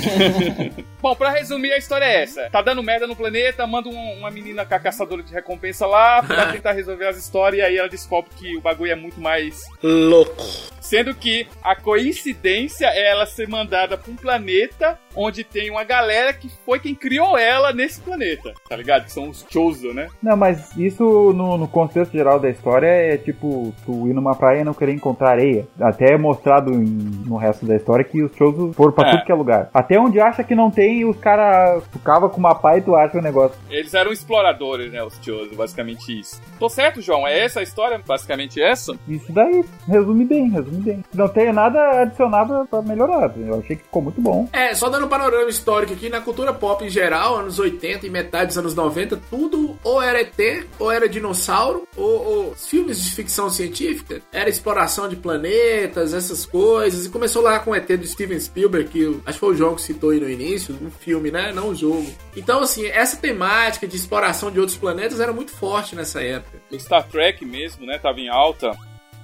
[SPEAKER 3] Bom, pra resumir, a história é essa. Tá dando merda no planeta, manda um- uma menina com a caçadora de recompensa lá pra tentar resolver as histórias e aí ela descobre que o bagulho é muito mais...
[SPEAKER 5] Louco.
[SPEAKER 3] Sendo que a coincidência é ela ser mandada pra um planeta onde tem uma galera que foi quem criou ela nesse planeta, tá ligado? Que são os Chosen, né?
[SPEAKER 2] Não, mas isso no, no contexto geral da história é tipo tu ir numa praia e não querer encontrar areia. Até é mostrado em- no resto da história que os shows foram pra
[SPEAKER 3] É.
[SPEAKER 2] tudo que é lugar. Até onde acha que não tem, os caras. Tu cava com uma pá e tu acha o negócio.
[SPEAKER 3] Eles eram exploradores, né? Os Chosen, basicamente isso. Tô certo, João? É essa a história? Basicamente essa?
[SPEAKER 2] Isso daí, resume bem, resume bem. Não tem nada adicionado pra melhorar. Eu achei que ficou muito bom.
[SPEAKER 1] É, só dando um panorama histórico aqui, na cultura pop em geral, anos 80 e metade dos anos 90, tudo ou era ET, ou era dinossauro, ou, ou filmes de ficção científica, era exploração de planetas, essas coisas, e começou lá com o ET do Steven Spielberg, que eu- acho que foi o João que citou aí no início, um filme, né, não um jogo. Então, assim, essa temática de exploração de outros planetas era muito forte nessa época.
[SPEAKER 3] O Star Trek mesmo, né? Tava em alta.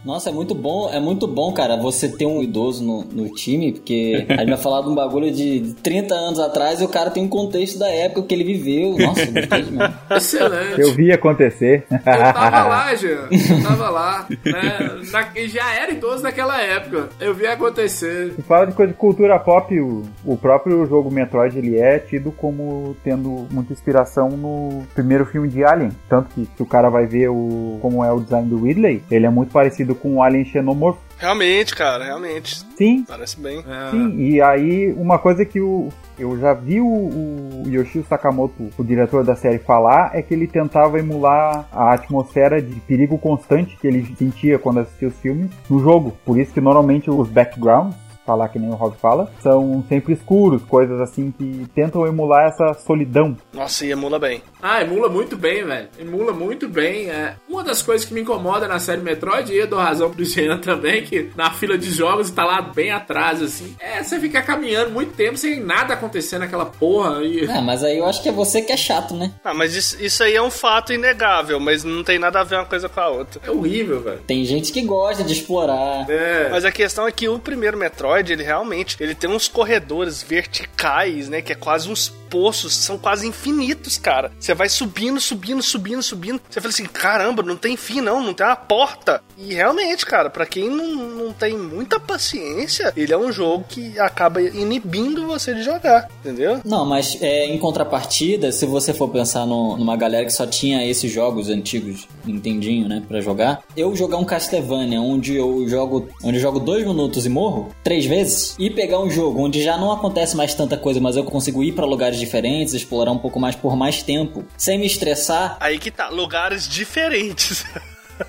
[SPEAKER 6] Nossa, é muito bom, é muito bom, cara, você ter um idoso no, no time, porque a gente vai falar de um bagulho de 30 anos atrás e o cara tem um contexto da época que ele viveu. Nossa, gostei demais.
[SPEAKER 1] Excelente.
[SPEAKER 2] Eu vi acontecer.
[SPEAKER 1] Eu tava lá, Jean. Eu tava lá. Né? Na- já era idoso naquela época. Eu vi acontecer.
[SPEAKER 2] Se fala de coisa de cultura pop, o, o próprio jogo Metroid ele é tido como tendo muita inspiração no primeiro filme de Alien. Tanto que se o cara vai ver o, como é o design do Ridley, ele é muito parecido com o Alien Xenomorph.
[SPEAKER 5] Realmente, cara, realmente.
[SPEAKER 2] Sim,
[SPEAKER 5] Parece bem.
[SPEAKER 3] É.
[SPEAKER 2] sim. E aí, uma coisa que o. Eu já vi o, o Yoshio Sakamoto, o diretor da série, falar é que ele tentava emular a atmosfera de perigo constante que ele sentia quando assistia os filmes no jogo. Por isso que normalmente os backgrounds falar que nem o Rob fala, são sempre escuros, coisas assim que tentam emular essa solidão.
[SPEAKER 5] Nossa, e emula bem.
[SPEAKER 1] Ah, emula muito bem, velho. Emula muito bem. É. Uma das coisas que me incomoda na série Metroid, e eu dou razão pro Jean também, que na fila de jogos tá lá bem atrás, assim. É você ficar caminhando muito tempo sem nada acontecer naquela porra. E...
[SPEAKER 6] Ah, mas aí eu acho que é você que é chato, né?
[SPEAKER 5] Ah, mas isso, isso aí é um fato inegável, mas não tem nada a ver uma coisa com a outra.
[SPEAKER 1] É horrível, velho.
[SPEAKER 6] Tem gente que gosta de explorar.
[SPEAKER 1] É.
[SPEAKER 5] Mas a questão é que o primeiro Metroid, ele realmente, ele tem uns corredores verticais, né, que é quase uns poços, são quase infinitos, cara. Você vai subindo, subindo, subindo, subindo. Você fala assim, caramba, não tem fim não, não tem uma porta. E realmente, cara, pra quem não, não tem muita paciência, ele é um jogo que acaba inibindo você de jogar, entendeu?
[SPEAKER 6] Não, mas é, em contrapartida, se você for pensar no- numa galera que só tinha esses jogos antigos, Nintendinho, né, pra jogar, eu jogar um Castlevania onde eu jogo, onde eu jogo dois minutos e morro três vezes, e pegar um jogo onde já não acontece mais tanta coisa, mas eu consigo ir pra lugares diferentes, explorar um pouco mais por mais tempo, sem me estressar.
[SPEAKER 5] Aí que tá, lugares diferentes.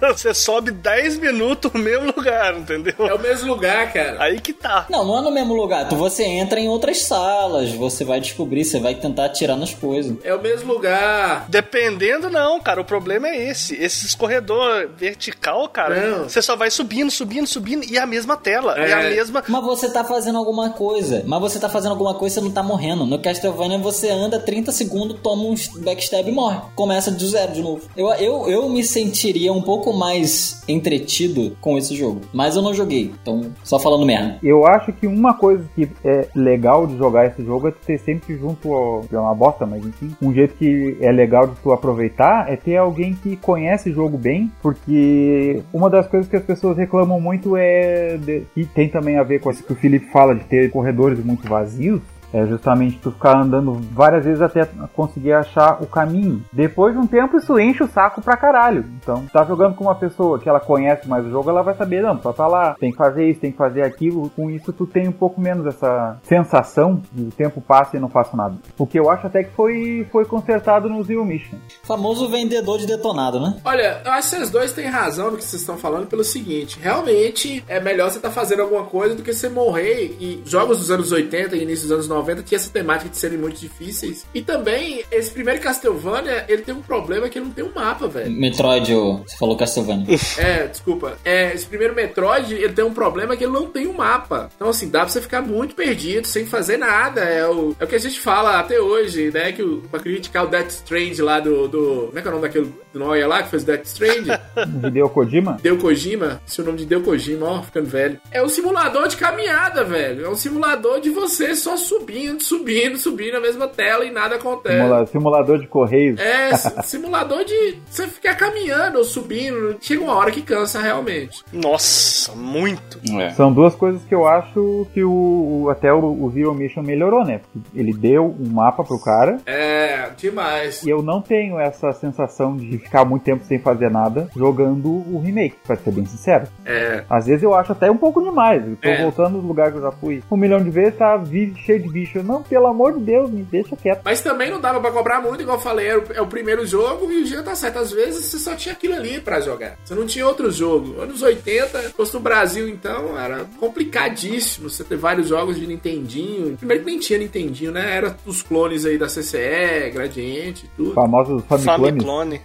[SPEAKER 5] você sobe 10 minutos no mesmo lugar, entendeu?
[SPEAKER 1] É o mesmo lugar, cara.
[SPEAKER 5] Aí que tá.
[SPEAKER 6] Não, não é no mesmo lugar. Tu você entra em outras salas, você vai descobrir, você vai tentar atirar nas coisas.
[SPEAKER 1] É o mesmo lugar.
[SPEAKER 5] Dependendo, não, cara. O problema é esse. Esse corredor vertical, cara,
[SPEAKER 1] Não.
[SPEAKER 5] você só vai subindo, subindo, subindo, e é a mesma tela. É,
[SPEAKER 1] É.
[SPEAKER 5] a mesma.
[SPEAKER 6] Mas você tá fazendo alguma coisa. Mas você tá fazendo alguma coisa e você não tá morrendo. No Castlevania você anda 30 segundos, toma um backstab e morre. Começa do zero de novo. Eu, eu, eu me sentiria um pouco mais entretido com esse jogo. Mas eu não joguei. Então, só falando merda.
[SPEAKER 2] É. Eu acho que uma coisa que é legal de jogar esse jogo é tu ter sempre junto ao. É uma bosta, mas enfim. Um jeito que é legal de tu aproveitar é ter alguém que conhece o jogo bem, porque uma das coisas que as pessoas reclamam muito é. de- e tem também a ver com isso que o Felipe fala de ter corredores muito vazios. É justamente tu ficar andando várias vezes até conseguir achar o caminho. Depois de um tempo, isso enche o saco pra caralho. Então, tá jogando com uma pessoa que ela conhece mais o jogo, ela vai saber, não, só tá lá, tem que fazer isso, tem que fazer aquilo. Com isso, tu tem um pouco menos essa sensação de o tempo passa e não faço nada. O que eu acho até que foi, foi consertado no Zero Mission.
[SPEAKER 6] Famoso vendedor de detonado, né?
[SPEAKER 1] Olha, eu acho que vocês dois têm razão no que vocês estão falando pelo seguinte: realmente é melhor você estar fazendo alguma coisa do que você morrer. E jogos dos anos 80 e início dos anos 90 tinha essa temática de serem muito difíceis. E também, esse primeiro Castlevania, ele tem um problema que ele não tem um mapa, velho.
[SPEAKER 6] Metroid, ô, você falou Castlevania.
[SPEAKER 1] É, desculpa. É, esse primeiro Metroid, ele tem um problema que ele não tem um mapa. Então, assim, dá pra você ficar muito perdido, sem fazer nada. É o, é o que a gente fala até hoje, né? Que o, pra criticar o Death Strange lá do, do. Como é que é o nome daquele Noia lá que fez o Death Strange?
[SPEAKER 2] Hideo Kojima?
[SPEAKER 1] Deu Kojima, seu nome de Deu Kojima, ó, ficando velho. É um simulador de caminhada, velho. É um simulador de você só subindo, subindo, subindo na mesma tela e nada acontece.
[SPEAKER 2] Simula- simulador de correios.
[SPEAKER 1] É, si- simulador de você ficar caminhando ou subindo. Chega uma hora que cansa realmente.
[SPEAKER 5] Nossa, muito.
[SPEAKER 3] É.
[SPEAKER 2] São duas coisas que eu acho que o, o- até o, o Zero Mission melhorou, né? Porque Ele deu um mapa pro cara,
[SPEAKER 1] É, demais.
[SPEAKER 2] E eu não tenho essa sensação de ficar muito tempo sem fazer nada jogando o remake, pra ser bem sincero.
[SPEAKER 1] É,
[SPEAKER 2] Às vezes eu acho até um pouco demais. Eu tô
[SPEAKER 1] É.
[SPEAKER 2] voltando no lugar que eu já fui um milhão de vezes, tá vi- cheio de bicho. Não, pelo amor de Deus, me deixa quieto.
[SPEAKER 1] mas também não dava pra cobrar muito, igual eu falei, era o- é o primeiro jogo e o dia tá certo. Às vezes você só tinha aquilo ali pra jogar. Você não tinha outro jogo. Anos 80, posto no Brasil, então, era complicadíssimo você ter vários jogos de Nintendinho. Primeiro que nem tinha Nintendinho, né? Era os clones aí da CCE, Gradiente e tudo.
[SPEAKER 2] Famosos Famiclones.
[SPEAKER 5] Famiclone.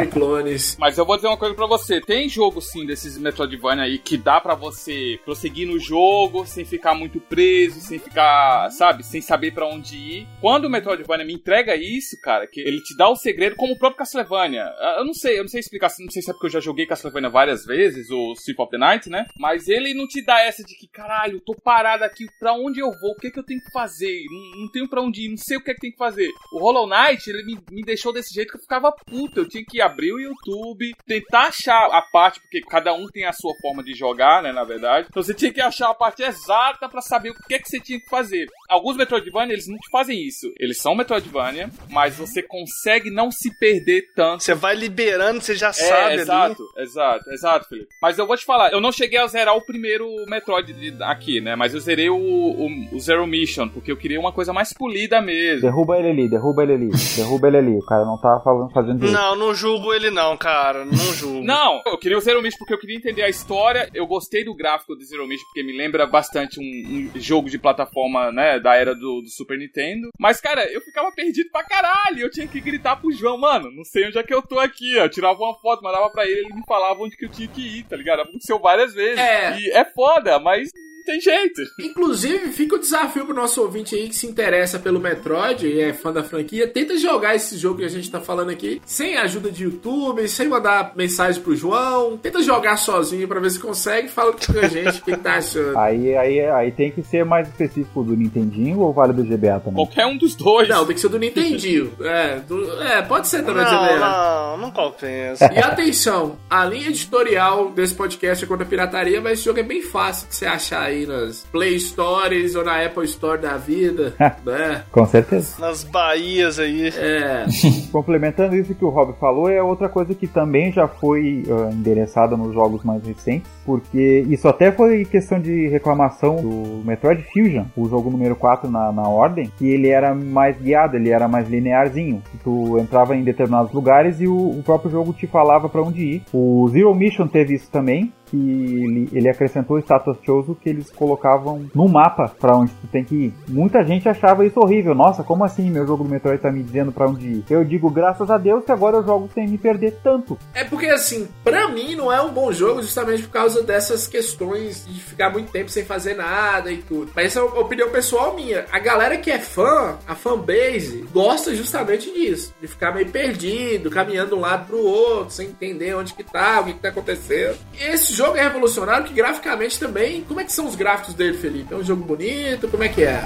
[SPEAKER 1] Famiclones.
[SPEAKER 3] Mas eu vou dizer uma coisa pra você. Tem jogo, sim, desses Metroidvania aí que dá pra você prosseguir no jogo sem ficar muito preso, sem ficar, sabe, sem saber pra onde ir. Quando o Metroidvania me entrega isso, cara, que ele te dá o segredo como o próprio Castlevania. Ah, Eu não sei, eu não sei explicar, não sei se é porque eu já joguei Castlevania várias vezes, ou Symphony of the Night, né? Mas ele não te dá essa de que, caralho, eu tô parado aqui, pra onde eu vou? O que é que eu tenho que fazer? Não, não tenho pra onde ir, não sei o que é que tem que fazer. O Hollow Knight, ele me, me deixou desse jeito que eu ficava puto. Eu tinha que abrir o YouTube, tentar achar a parte, porque cada um tem a sua forma de jogar, né? Na verdade. Então você tinha que achar a parte exata pra saber o que é que você tinha que fazer. Alguns Metroidvania, eles não te fazem isso. Eles são Metroidvania, mas você consegue não se perder tanto.
[SPEAKER 5] Você vai liberando, você já sabe ali.
[SPEAKER 3] É, Exato, exato, exato, Felipe. Mas eu vou te falar, eu não cheguei a zerar o primeiro Metroid de- aqui, né? Mas eu zerei o, o- o Zero Mission, porque eu queria uma coisa mais polida mesmo.
[SPEAKER 2] Derruba ele ali, derruba ele ali, derruba ele ali. O cara não tá falando, fazendo isso.
[SPEAKER 5] Não, não julgo ele não, cara. Não julgo.
[SPEAKER 3] Não, eu queria o Zero Mission porque eu queria entender a história. Eu gostei do gráfico do Zero Mission porque me lembra bastante um, um jogo de plataforma, né, da era do, do Super Nintendo. Mas, cara, eu ficava perdido pra caralho. Eu tinha que gritar pro João, mano, não sei onde é que eu tô aqui, ó. Eu tirava uma foto, mandava pra ele, ele me falava onde que eu tinha que ir, tá ligado? Aconteceu várias vezes.
[SPEAKER 1] É.
[SPEAKER 3] E é foda, mas não tem jeito.
[SPEAKER 1] Inclusive, fica o desafio pro nosso ouvinte aí que se interessa pelo Metroid e é fã da franquia. Tenta jogar esse jogo que a gente tá falando aqui, sem ajuda de YouTube, sem mandar mensagem pro João. Tenta jogar sozinho pra ver se consegue. Fala com a gente o que tá achando.
[SPEAKER 2] Aí, aí, aí tem que ser mais específico do Nintendinho ou vale do GBA também?
[SPEAKER 3] Qualquer um dos dois.
[SPEAKER 1] Não, tem que ser do Nintendinho. É, do- é, pode ser também,
[SPEAKER 5] Não,
[SPEAKER 1] Zé
[SPEAKER 5] não, não compensa.
[SPEAKER 1] E atenção, a linha editorial desse podcast é contra a pirataria, mas esse jogo é bem fácil de você achar aí nas Play Stories ou na Apple Store da vida, né?
[SPEAKER 2] Com certeza.
[SPEAKER 5] Nas Bahias aí.
[SPEAKER 1] É,
[SPEAKER 2] Complementando isso que o Rob falou, é outra coisa que também já foi ah, endereçada nos jogos mais recentes, porque isso até foi questão de reclamação do Metroid Fusion, o jogo número 4 na, na ordem, que ele era mais guiado, ele era mais linearzinho. Que Tu entrava em determinados lugares e o, o próprio jogo te falava pra onde ir. O Zero Mission teve isso também, que ele, ele acrescentou o status chosen que eles colocavam no mapa pra onde tu tem que ir. Muita gente achava isso horrível. Nossa, como assim meu jogo do Metroid tá me dizendo pra onde ir? Eu digo, graças a Deus que agora eu jogo sem me perder tanto.
[SPEAKER 1] É porque, assim, pra mim não é um bom jogo justamente por causa dessas questões de ficar muito tempo sem fazer nada e tudo. Mas essa é uma opinião pessoal minha. A galera que é fã, a fanbase, gosta justamente disso. De ficar meio perdido, caminhando de um lado pro outro, sem entender onde que tá, o que que tá acontecendo. E esse jogo é revolucionário que graficamente também... Como é que são os gráficos dele, Felipe? É um jogo bonito? Como é que é?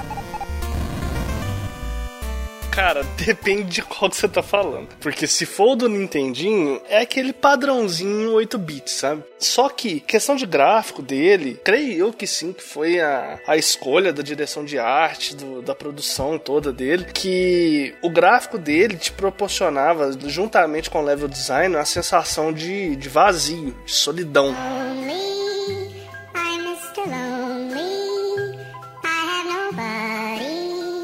[SPEAKER 5] Cara, depende de qual que você tá falando. Porque se for o do Nintendinho, é aquele padrãozinho 8-bit, sabe? Só que, questão de gráfico dele, creio eu que sim, que foi a, a escolha da direção de arte, do- da produção toda dele, que o gráfico dele te proporcionava, juntamente com o level design, uma sensação de, de vazio, de solidão.
[SPEAKER 10] Lonely, I'm Mr. Lonely. I have nobody for my own.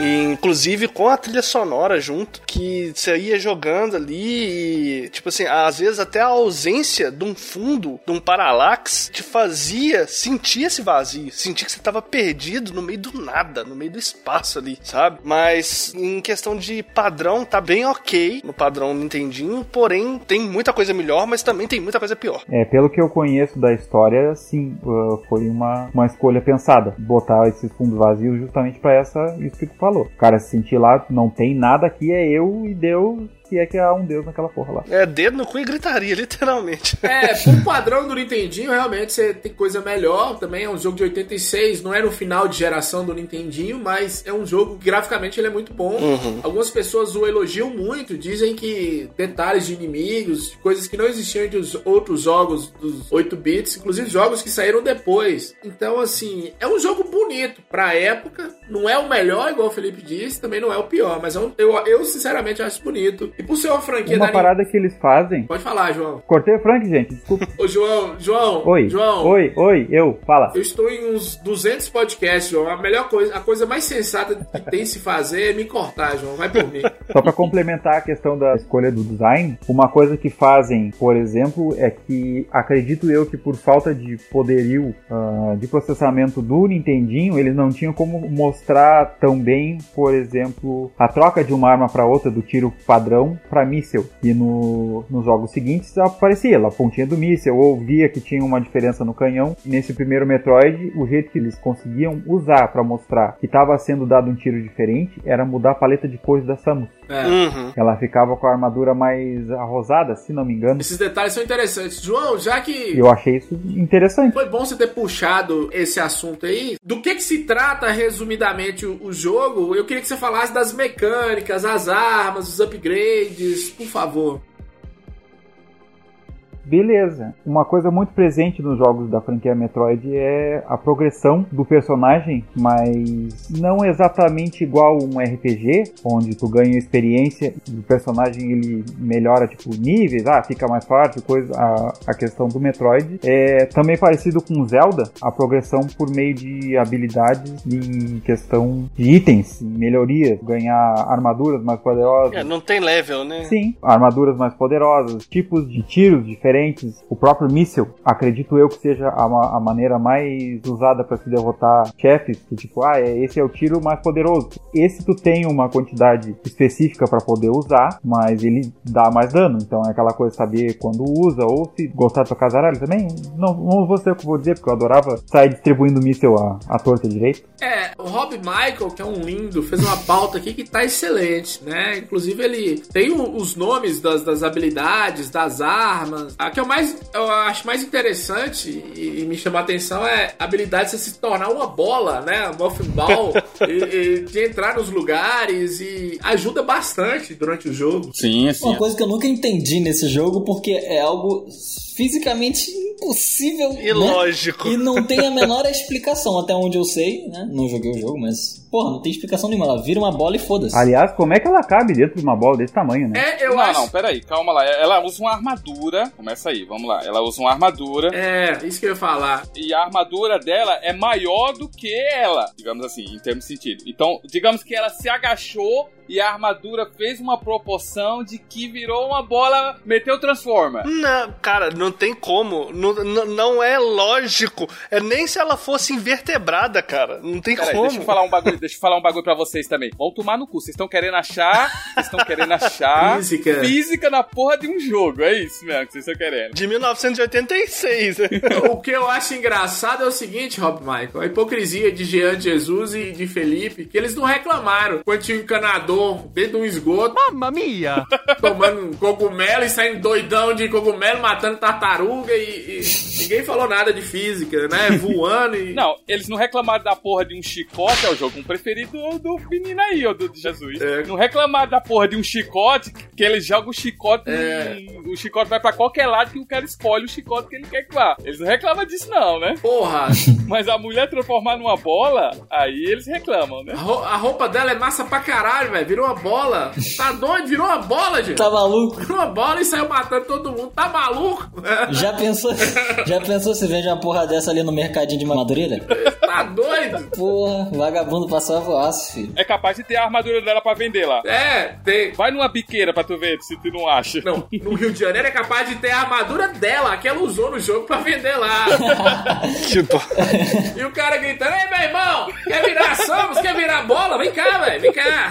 [SPEAKER 5] E, inclusive com a trilha sonora junto, que você ia jogando ali e, tipo assim, às vezes até a ausência de um fundo, de um paralax, te fazia sentir esse vazio, sentir que você tava perdido no meio do nada, no meio do espaço ali, sabe? Mas em questão de padrão, tá bem ok no padrão Nintendinho, porém tem muita coisa melhor, mas também tem muita coisa pior.
[SPEAKER 2] É, pelo que eu conheço da história, sim, ah, foi uma, uma escolha pensada. Botar esses fundos vazios justamente pra essa, isso que tu falou. O cara se sentir lá, não tem nada aqui, é eu e Deus, que é que há um Deus naquela porra lá.
[SPEAKER 5] É, dedo no cu e gritaria, literalmente.
[SPEAKER 1] É, pro padrão do Nintendinho, realmente você tem coisa melhor. Também é um jogo de 86, não era o final de geração do Nintendinho, mas é um jogo que graficamente ele é muito bom. Algumas pessoas o elogiam muito, dizem que detalhes de inimigos, coisas que não existiam entre os outros jogos dos 8 bits, inclusive jogos que saíram depois. Então, assim, é um jogo bonito pra época. Não é o melhor, igual o Felipe disse, também não é o pior, mas é um- eu, eu sinceramente acho bonito. E por ser uma franquia
[SPEAKER 2] Uma
[SPEAKER 1] da
[SPEAKER 2] parada que eles fazem.
[SPEAKER 1] Pode falar, João.
[SPEAKER 2] Cortei o Frank, gente. Desculpa.
[SPEAKER 1] Ô, João, João,
[SPEAKER 2] Oi.
[SPEAKER 1] João.
[SPEAKER 2] Oi, oi, eu. Fala.
[SPEAKER 1] Eu estou em uns 200 podcasts, João. A melhor coisa, a coisa mais sensata que tem se fazer é me cortar, João. Vai por mim.
[SPEAKER 2] Só pra complementar a questão da escolha do design, uma coisa que fazem, por exemplo, é que acredito eu que por falta de poderio ah, de processamento do Nintendinho, eles não tinham como mostrar tão bem, por exemplo, a troca de uma arma pra outra do tiro padrão pra míssel. E no, nos jogos seguintes aparecia lá a pontinha do míssel, ou via que tinha uma diferença no canhão. E nesse primeiro Metroid, o jeito que eles conseguiam usar pra mostrar que estava sendo dado um tiro diferente era mudar a paleta de cores da Samus.
[SPEAKER 1] É.
[SPEAKER 5] Uhum.
[SPEAKER 2] Ela ficava com a armadura mais arrosada, se não me engano.
[SPEAKER 1] Esses detalhes são interessantes. João, já que
[SPEAKER 2] Eu achei isso interessante.
[SPEAKER 1] foi bom você ter puxado esse assunto aí, do que que se trata resumidamente o, o jogo? Eu queria que você falasse das mecânicas, as armas, os upgrades, por favor.
[SPEAKER 2] Beleza. Uma coisa muito presente nos jogos da franquia Metroid é a progressão do personagem, mas não exatamente igual um RPG, onde tu ganha experiência e o personagem ele melhora tipo níveis, ah, fica mais forte, coisa. A, a questão do Metroid é também parecido com Zelda, a progressão por meio de habilidades e em questão de itens, melhorias, ganhar armaduras mais poderosas.
[SPEAKER 5] É, não tem level, né?
[SPEAKER 2] Sim, armaduras mais poderosas, tipos de tiros diferentes. O próprio míssil, acredito eu que seja a, ma- a maneira mais usada para se derrotar chefes, que tipo, ah, é- esse é o tiro mais poderoso. Esse tu tem uma quantidade específica para poder usar, mas ele dá mais dano. Então é aquela coisa saber quando usa ou se gostar de tocar zaralho também. Não, não vou ser o que eu vou dizer, porque eu adorava sair distribuindo míssil à, à torta e direito.
[SPEAKER 1] É, o Rob Michael, que é um lindo, fez uma pauta aqui que tá excelente, né? Inclusive, ele tem o- os nomes das, das habilidades, das armas. A que eu, mais, eu acho mais interessante e, e me chama a atenção é a habilidade de você se tornar uma bola, né? A Muffin Ball, e- e de entrar nos lugares e ajuda bastante durante o jogo.
[SPEAKER 3] Sim, é
[SPEAKER 6] Uma
[SPEAKER 3] sim.
[SPEAKER 6] coisa que eu nunca entendi nesse jogo, porque é algo fisicamente impossível. né?
[SPEAKER 5] Ilógico.
[SPEAKER 6] E não tem a menor explicação, até onde eu sei, né? Não joguei o jogo, mas. Porra, não tem explicação nenhuma. Ela vira uma bola e foda-se.
[SPEAKER 2] Aliás, como é que ela cabe dentro de uma bola desse tamanho, né?
[SPEAKER 1] É, eu
[SPEAKER 3] não,
[SPEAKER 1] acho.
[SPEAKER 3] não, peraí, calma lá. Ela usa uma armadura. Começa aí, vamos lá. Ela usa uma armadura.
[SPEAKER 1] É, isso que eu ia falar.
[SPEAKER 3] E a armadura dela é maior do que ela, digamos assim, em termos de sentido. Então, digamos que ela se agachou e a armadura fez uma proporção de que virou uma bola, meteu transforma.
[SPEAKER 5] Não, cara, não tem como. Não, não, não é lógico. É nem se ela fosse invertebrada, cara. Não tem
[SPEAKER 3] Peraí,
[SPEAKER 5] como.
[SPEAKER 3] deixa eu falar um bagulho, deixa eu falar um bagulho pra vocês também. Vão tomar no cu, vocês estão querendo achar, vocês estão querendo achar
[SPEAKER 1] Física.
[SPEAKER 3] física na porra de um jogo, é isso mesmo que vocês estão querendo.
[SPEAKER 5] De 1986. né?
[SPEAKER 1] O que eu acho engraçado é o seguinte, Rob Michael, a hipocrisia de Jean de Jesus e de Felipe, que eles não reclamaram quando tinha um encanador dentro de um esgoto. Mamma mia! Tomando um cogumelo e saindo doidão de cogumelo, matando tartaruga e, e ninguém falou nada de física, né? Voando e.
[SPEAKER 3] Não, eles não reclamaram da porra de um chicote, é o jogo preferido do, do menino aí, ó, do, de Jesus.
[SPEAKER 1] É.
[SPEAKER 3] Não reclamaram da porra de um chicote, que ele joga o chicote,
[SPEAKER 1] É.
[SPEAKER 3] e o chicote vai pra qualquer lado que o cara escolhe o chicote que ele quer que vá. Eles não reclamam disso não, né?
[SPEAKER 1] Porra,
[SPEAKER 3] Mas a mulher transformar numa bola, aí eles reclamam,
[SPEAKER 1] a
[SPEAKER 3] né?
[SPEAKER 1] ro- a roupa dela é massa pra caralho, velho. Virou uma bola. Tá doido? Virou uma bola, gente.
[SPEAKER 6] Tá maluco?
[SPEAKER 1] Virou uma bola e saiu matando todo mundo. Tá maluco?
[SPEAKER 6] Já pensou, já pensou se vende uma porra dessa ali no mercadinho de Madureira?
[SPEAKER 1] Tá doido?
[SPEAKER 6] Porra, vagabundo passava o aço, filho.
[SPEAKER 3] É capaz de ter a armadura dela pra vender lá.
[SPEAKER 1] É, tem.
[SPEAKER 3] Vai numa biqueira pra tu ver se tu não acha.
[SPEAKER 1] Não, no Rio de Janeiro é capaz de ter a armadura dela, que ela usou no jogo pra vender lá.
[SPEAKER 5] tipo,
[SPEAKER 1] E o cara gritando: Ei, meu irmão, quer virar Samus? Quer virar bola? Vem cá, velho, vem cá.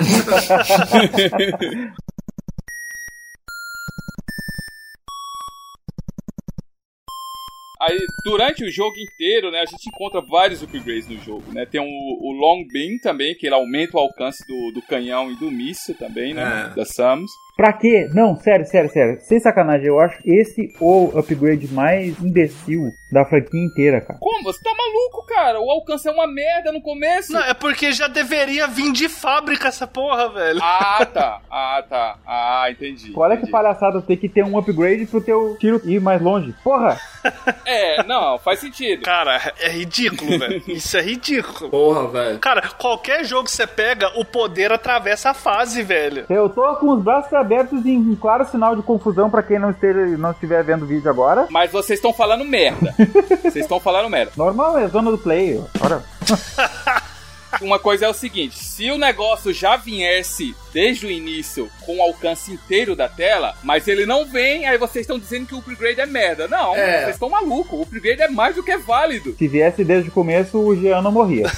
[SPEAKER 3] Aí, durante o jogo inteiro, né, a gente encontra vários upgrades no jogo, né? Tem o, o Long Beam também, que ele aumenta o alcance do, do canhão e do míssil também, né?
[SPEAKER 1] É.
[SPEAKER 3] Da Samus.
[SPEAKER 2] Pra quê? Não, sério, sério, sério. Sem sacanagem, eu acho esse o upgrade mais imbecil da franquia inteira, cara.
[SPEAKER 3] Como? Você tá maluco, cara? O alcance é uma merda no começo.
[SPEAKER 5] não, é porque já deveria vir de fábrica essa porra, velho.
[SPEAKER 3] Ah, tá. Ah, tá. Ah, entendi.
[SPEAKER 2] Olha é que
[SPEAKER 3] entendi.
[SPEAKER 2] palhaçada ter que ter um upgrade pro teu tiro ir mais longe. Porra!
[SPEAKER 3] É, não, faz sentido.
[SPEAKER 5] Cara, é ridículo, velho. Isso é ridículo.
[SPEAKER 1] Porra, velho.
[SPEAKER 5] Cara, qualquer jogo que você pega, o poder atravessa a fase, velho.
[SPEAKER 2] Eu tô com os braços abertos em, em claro sinal de confusão pra quem não, esteja, não estiver vendo o vídeo agora.
[SPEAKER 3] Mas vocês estão falando merda. vocês estão falando merda.
[SPEAKER 2] Normal, é zona do play. Ora.
[SPEAKER 3] Uma coisa é o seguinte: se o negócio já viesse desde o início com o alcance inteiro da tela, mas ele não vem, aí vocês estão dizendo que o upgrade é merda. Não,
[SPEAKER 1] É.
[SPEAKER 3] vocês estão malucos. O upgrade é mais do que válido.
[SPEAKER 2] Se viesse desde o começo, o Jean não morria.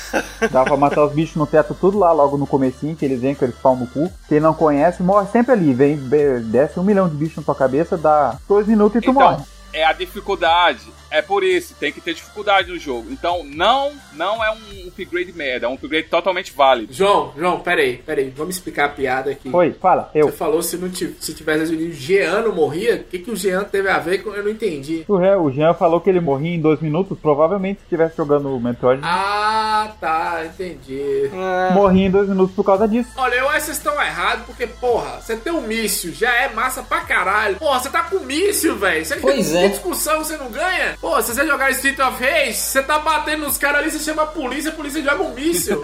[SPEAKER 2] Dá pra matar os bichos no teto tudo lá, logo no comecinho, que eles vêm com eles pau no cu. Quem não conhece, morre sempre ali. Vem, be- desce um milhão de bichos na tua cabeça, dá dois minutos e tu
[SPEAKER 3] Então,
[SPEAKER 2] morre.
[SPEAKER 3] É a dificuldade. É por isso, tem que ter dificuldade no jogo. Então, não, não é um upgrade merda, é um upgrade totalmente válido.
[SPEAKER 1] João, João, peraí, peraí. Vamos explicar a piada aqui.
[SPEAKER 2] Oi, fala, eu.
[SPEAKER 1] Você falou se, não ti- se tivesse o Jean não morria, o que, que o Jean teve a ver com. Eu não entendi.
[SPEAKER 2] O Jean- O Jean falou que ele morria em dois minutos. Provavelmente, se estivesse jogando o Metroid,
[SPEAKER 1] Ah, tá, entendi.
[SPEAKER 2] morria em dois minutos por causa disso.
[SPEAKER 1] Olha, eu acho que vocês estão errados, porque, porra, você tem um míssil, já é massa pra caralho. Porra, você tá com míssil, velho. Você-
[SPEAKER 6] Pois
[SPEAKER 1] que
[SPEAKER 6] é.
[SPEAKER 1] discussão você não ganha? Porra, se você jogar Street of Rage, você tá batendo nos caras ali, você chama a polícia, a polícia joga um míssil.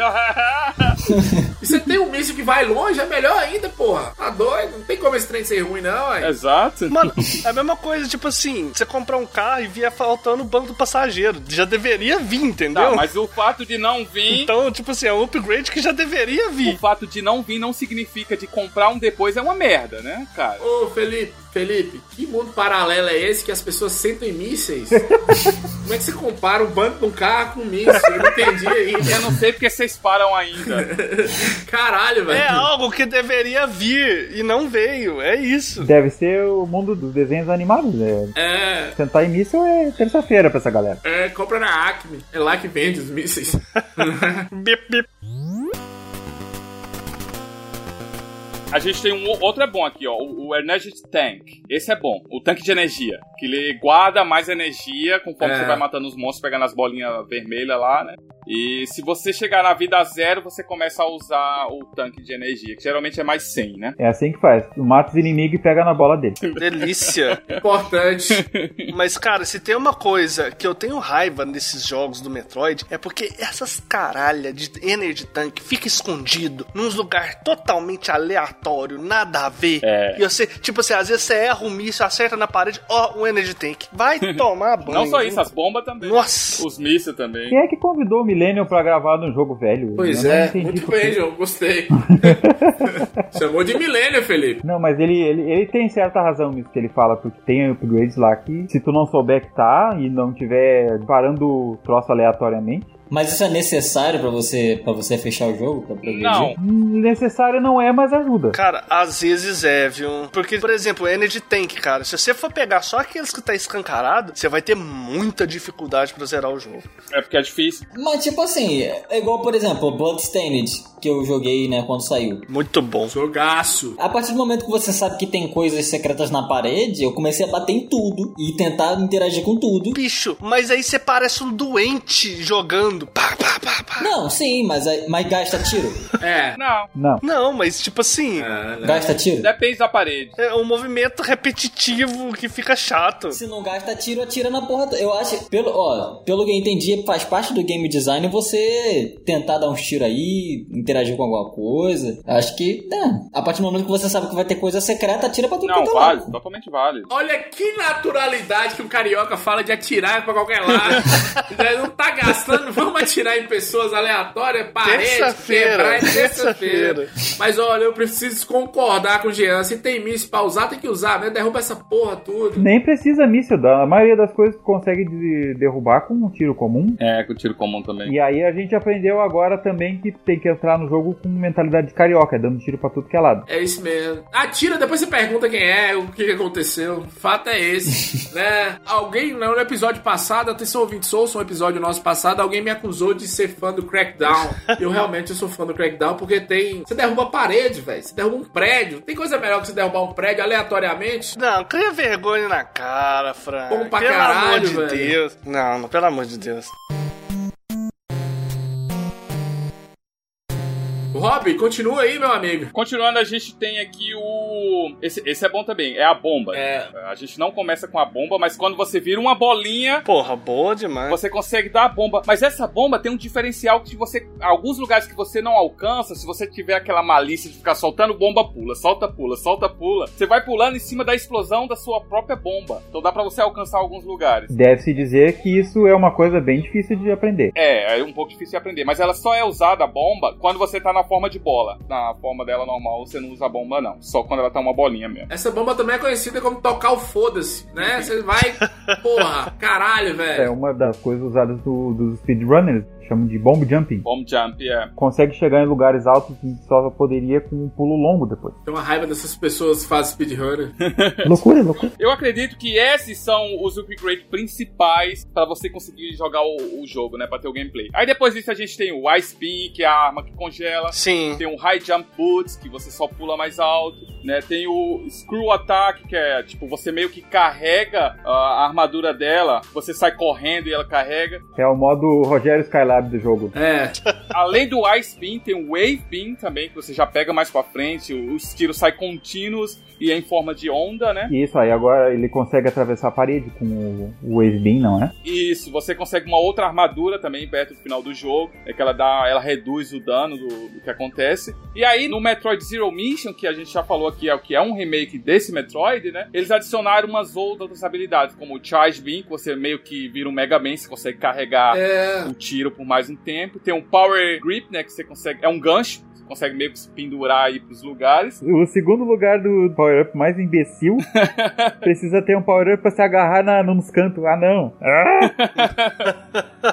[SPEAKER 1] e você tem um míssil que vai longe, é melhor ainda, porra. Tá doido? Não tem como esse trem ser ruim, não, velho.
[SPEAKER 3] Exato.
[SPEAKER 5] Mano, é a mesma coisa, tipo assim, você comprar um carro e vier faltando o banco do passageiro. Já deveria vir, entendeu?
[SPEAKER 3] Tá, mas o fato de não vir.
[SPEAKER 5] Então, tipo assim, é um upgrade que já deveria
[SPEAKER 3] O
[SPEAKER 5] vir.
[SPEAKER 3] fato de não vir não significa de comprar um depois é uma merda, né,
[SPEAKER 6] É.
[SPEAKER 3] cara?
[SPEAKER 1] Ô, Felipe, Felipe, que mundo paralelo é esse que as pessoas sentam em mísseis? Como é que você compara o banco de um carro com um míssil? Eu não entendi
[SPEAKER 3] Eu
[SPEAKER 1] ainda.
[SPEAKER 3] não sei porque vocês param ainda.
[SPEAKER 1] Caralho, velho.
[SPEAKER 5] É algo que deveria vir e não veio. É isso.
[SPEAKER 2] Deve ser o mundo dos desenhos animados, né?
[SPEAKER 1] É,
[SPEAKER 2] Sentar em míssil é terça-feira pra essa galera.
[SPEAKER 1] é, compra na Acme. É lá que vende os mísseis.
[SPEAKER 5] Bip, bip.
[SPEAKER 3] A gente tem um o- outro é bom aqui, ó. O, o Energy Tank. Esse é bom. O tanque de energia. Que ele guarda mais energia conforme
[SPEAKER 1] É.
[SPEAKER 3] você vai matando os monstros, pegando as bolinhas vermelhas lá, né? E se você chegar na vida zero, você começa a usar o tanque de energia, que geralmente é mais 100, né?
[SPEAKER 2] É assim que faz. Mata os inimigos e pega na bola dele.
[SPEAKER 5] Delícia.
[SPEAKER 1] Importante.
[SPEAKER 5] Mas, cara, se tem uma coisa que eu tenho raiva nesses jogos do Metroid, é porque essas caralhas de Energy Tank fica escondido num lugar totalmente aleatório, nada a ver.
[SPEAKER 3] É.
[SPEAKER 5] E você, tipo assim, às vezes você erra um míssil, acerta na parede, ó, um Energy Tank. Vai tomar banho.
[SPEAKER 3] Não só
[SPEAKER 5] viu?
[SPEAKER 3] isso, as bombas também.
[SPEAKER 5] Nossa!
[SPEAKER 3] Os mísseis também.
[SPEAKER 2] Quem é que convidou o Millennium pra gravar no jogo velho?
[SPEAKER 1] Pois
[SPEAKER 2] Eu não
[SPEAKER 1] é,
[SPEAKER 2] entendi
[SPEAKER 1] muito
[SPEAKER 2] por
[SPEAKER 1] bem,
[SPEAKER 2] quê.
[SPEAKER 1] João, gostei. Chamou de milênio, Felipe.
[SPEAKER 2] Não, mas ele, ele, ele tem certa razão nisso que ele fala, porque tem upgrades lá que, se tu não souber que tá e não tiver parando o troço aleatoriamente,
[SPEAKER 6] Mas isso é necessário pra você, pra você fechar o jogo? Pra progredir?
[SPEAKER 3] Não,
[SPEAKER 2] hum, necessário não é, mas ajuda.
[SPEAKER 5] Cara, às vezes é, viu? Porque, por exemplo, Energy Tank, cara, se você for pegar só aqueles que tá escancarado, você vai ter muita dificuldade pra zerar o jogo.
[SPEAKER 3] é porque é difícil.
[SPEAKER 6] Mas tipo assim, é igual, por exemplo, Bloodstained, que eu joguei, né, quando saiu.
[SPEAKER 5] Muito bom.
[SPEAKER 1] Jogaço.
[SPEAKER 6] A partir do momento que você sabe que tem coisas secretas na parede, eu comecei a bater em tudo e tentar interagir com tudo.
[SPEAKER 5] Bicho, mas aí você parece um doente jogando. Pá, pá, pá, pá.
[SPEAKER 6] Não, sim, mas, aí- mas gasta tiro.
[SPEAKER 1] É.
[SPEAKER 3] Não,
[SPEAKER 2] Não.
[SPEAKER 5] Não, mas tipo assim,
[SPEAKER 1] Ah, né?
[SPEAKER 6] Gasta tiro?
[SPEAKER 3] depende da parede.
[SPEAKER 5] é um movimento repetitivo que fica chato.
[SPEAKER 6] Se não gasta tiro, atira na porra. do- Eu acho, pelo, ó, pelo que eu entendi, faz parte do game design você tentar dar uns tiros aí, interagir com alguma coisa. Acho que, tá. A partir do momento que você sabe que vai ter coisa secreta, atira pra tudo
[SPEAKER 3] Não,
[SPEAKER 6] quanto é
[SPEAKER 3] válido,
[SPEAKER 6] lado.
[SPEAKER 3] totalmente válido.
[SPEAKER 1] Olha que naturalidade que um carioca fala de atirar pra qualquer lado. Já não tá gastando, vamos atirar em pessoas aleatórias, parede,
[SPEAKER 5] Terça-feira,
[SPEAKER 1] quebrar é terça-feira.
[SPEAKER 5] terça-feira.
[SPEAKER 1] Mas olha, eu preciso concordar com o Jean. Se tem míssil pra usar, tem que usar, né? Derruba essa porra tudo.
[SPEAKER 2] Nem precisa míssil, Dan. a maioria das coisas tu consegue de- derrubar com um tiro comum.
[SPEAKER 3] É, com tiro comum também.
[SPEAKER 2] E aí a gente aprendeu agora também que tem que entrar no jogo com mentalidade de carioca, dando tiro pra tudo que é lado.
[SPEAKER 1] É isso mesmo. Atira, depois você pergunta quem é, o que que aconteceu. O fato é esse, né? Alguém, no episódio passado, atenção ouvinte, ouça um episódio nosso passado, alguém me acusou de ser fã do Crackdown. Eu realmente sou fã do Crackdown porque tem... Você derruba a parede, velho. Você derruba um prédio. Tem coisa melhor que você derrubar um prédio aleatoriamente?
[SPEAKER 5] Não, cria vergonha na cara, Fran.
[SPEAKER 1] Bom pra
[SPEAKER 5] pelo amor
[SPEAKER 1] caralho,
[SPEAKER 5] de
[SPEAKER 1] velho.
[SPEAKER 5] Deus. Não, não, pelo amor de Deus.
[SPEAKER 1] Rob, continua aí, meu amigo.
[SPEAKER 3] Continuando, a gente tem aqui o. Esse, esse é bom também, é a bomba.
[SPEAKER 1] É.
[SPEAKER 3] A gente não começa com a bomba, mas quando você vira uma bolinha.
[SPEAKER 5] Porra, boa demais.
[SPEAKER 3] Você consegue dar a bomba. Mas essa bomba tem um diferencial que você. Alguns lugares que você não alcança, se você tiver aquela malícia de ficar soltando bomba, pula, solta, pula, solta, pula. Você vai pulando em cima da explosão da sua própria bomba. Então dá pra você alcançar alguns lugares.
[SPEAKER 2] Deve-se dizer que isso é uma coisa bem difícil de aprender.
[SPEAKER 3] É, é um pouco difícil de aprender, mas ela só é usada a bomba quando você tá na forma de bola. Na forma dela normal, você não usa a bomba, não. Só quando ela tá uma bolinha mesmo.
[SPEAKER 1] Essa bomba também é conhecida como tocar o foda-se, né? Você vai. Porra, caralho,
[SPEAKER 2] É
[SPEAKER 1] velho.
[SPEAKER 2] uma das coisas usadas do- dos speedrunners, chamam de bomb jumping.
[SPEAKER 3] Bomb jump, é.
[SPEAKER 2] Consegue chegar em lugares altos que só poderia com um pulo longo depois.
[SPEAKER 1] Tem uma raiva dessas pessoas que fazem speedrunner.
[SPEAKER 2] loucura, loucura.
[SPEAKER 3] Eu acredito que esses são os upgrades principais pra você conseguir jogar o, o jogo, né? Pra ter o gameplay. Aí depois disso a gente tem o Ice Spin, que é a arma que congela.
[SPEAKER 5] Sim.
[SPEAKER 3] Tem o High Jump Boots, que você só pula mais alto, né? Tem o Screw Attack, que é tipo, você meio que carrega ah, a armadura dela, você sai correndo e ela carrega.
[SPEAKER 2] É o modo Rogério Skylab do jogo.
[SPEAKER 1] É.
[SPEAKER 3] Além do Ice Beam, tem o Wave Beam também, que você já pega mais pra frente, os tiros saem contínuos e é em forma de onda, né?
[SPEAKER 2] E isso aí, agora ele consegue atravessar a parede com o- o Wave Beam, não é?
[SPEAKER 3] Isso, você consegue uma outra armadura também perto do final do jogo, é que ela dá, ela reduz o dano do, do que acontece. E aí no Metroid Zero Mission, que a gente já falou aqui, é o que é um remake desse Metroid, né? Eles adicionaram umas outras habilidades, como o Charge Beam, que você meio que vira um Mega Man, você consegue carregar
[SPEAKER 1] É.
[SPEAKER 3] o tiro por mais um tempo. Tem um Power Grip, né, que você consegue, é um gancho, você consegue meio que se pendurar aí pros lugares.
[SPEAKER 2] O segundo lugar do power-up mais imbecil precisa ter um power-up pra se agarrar na, nos cantos. Ah, não. Ah!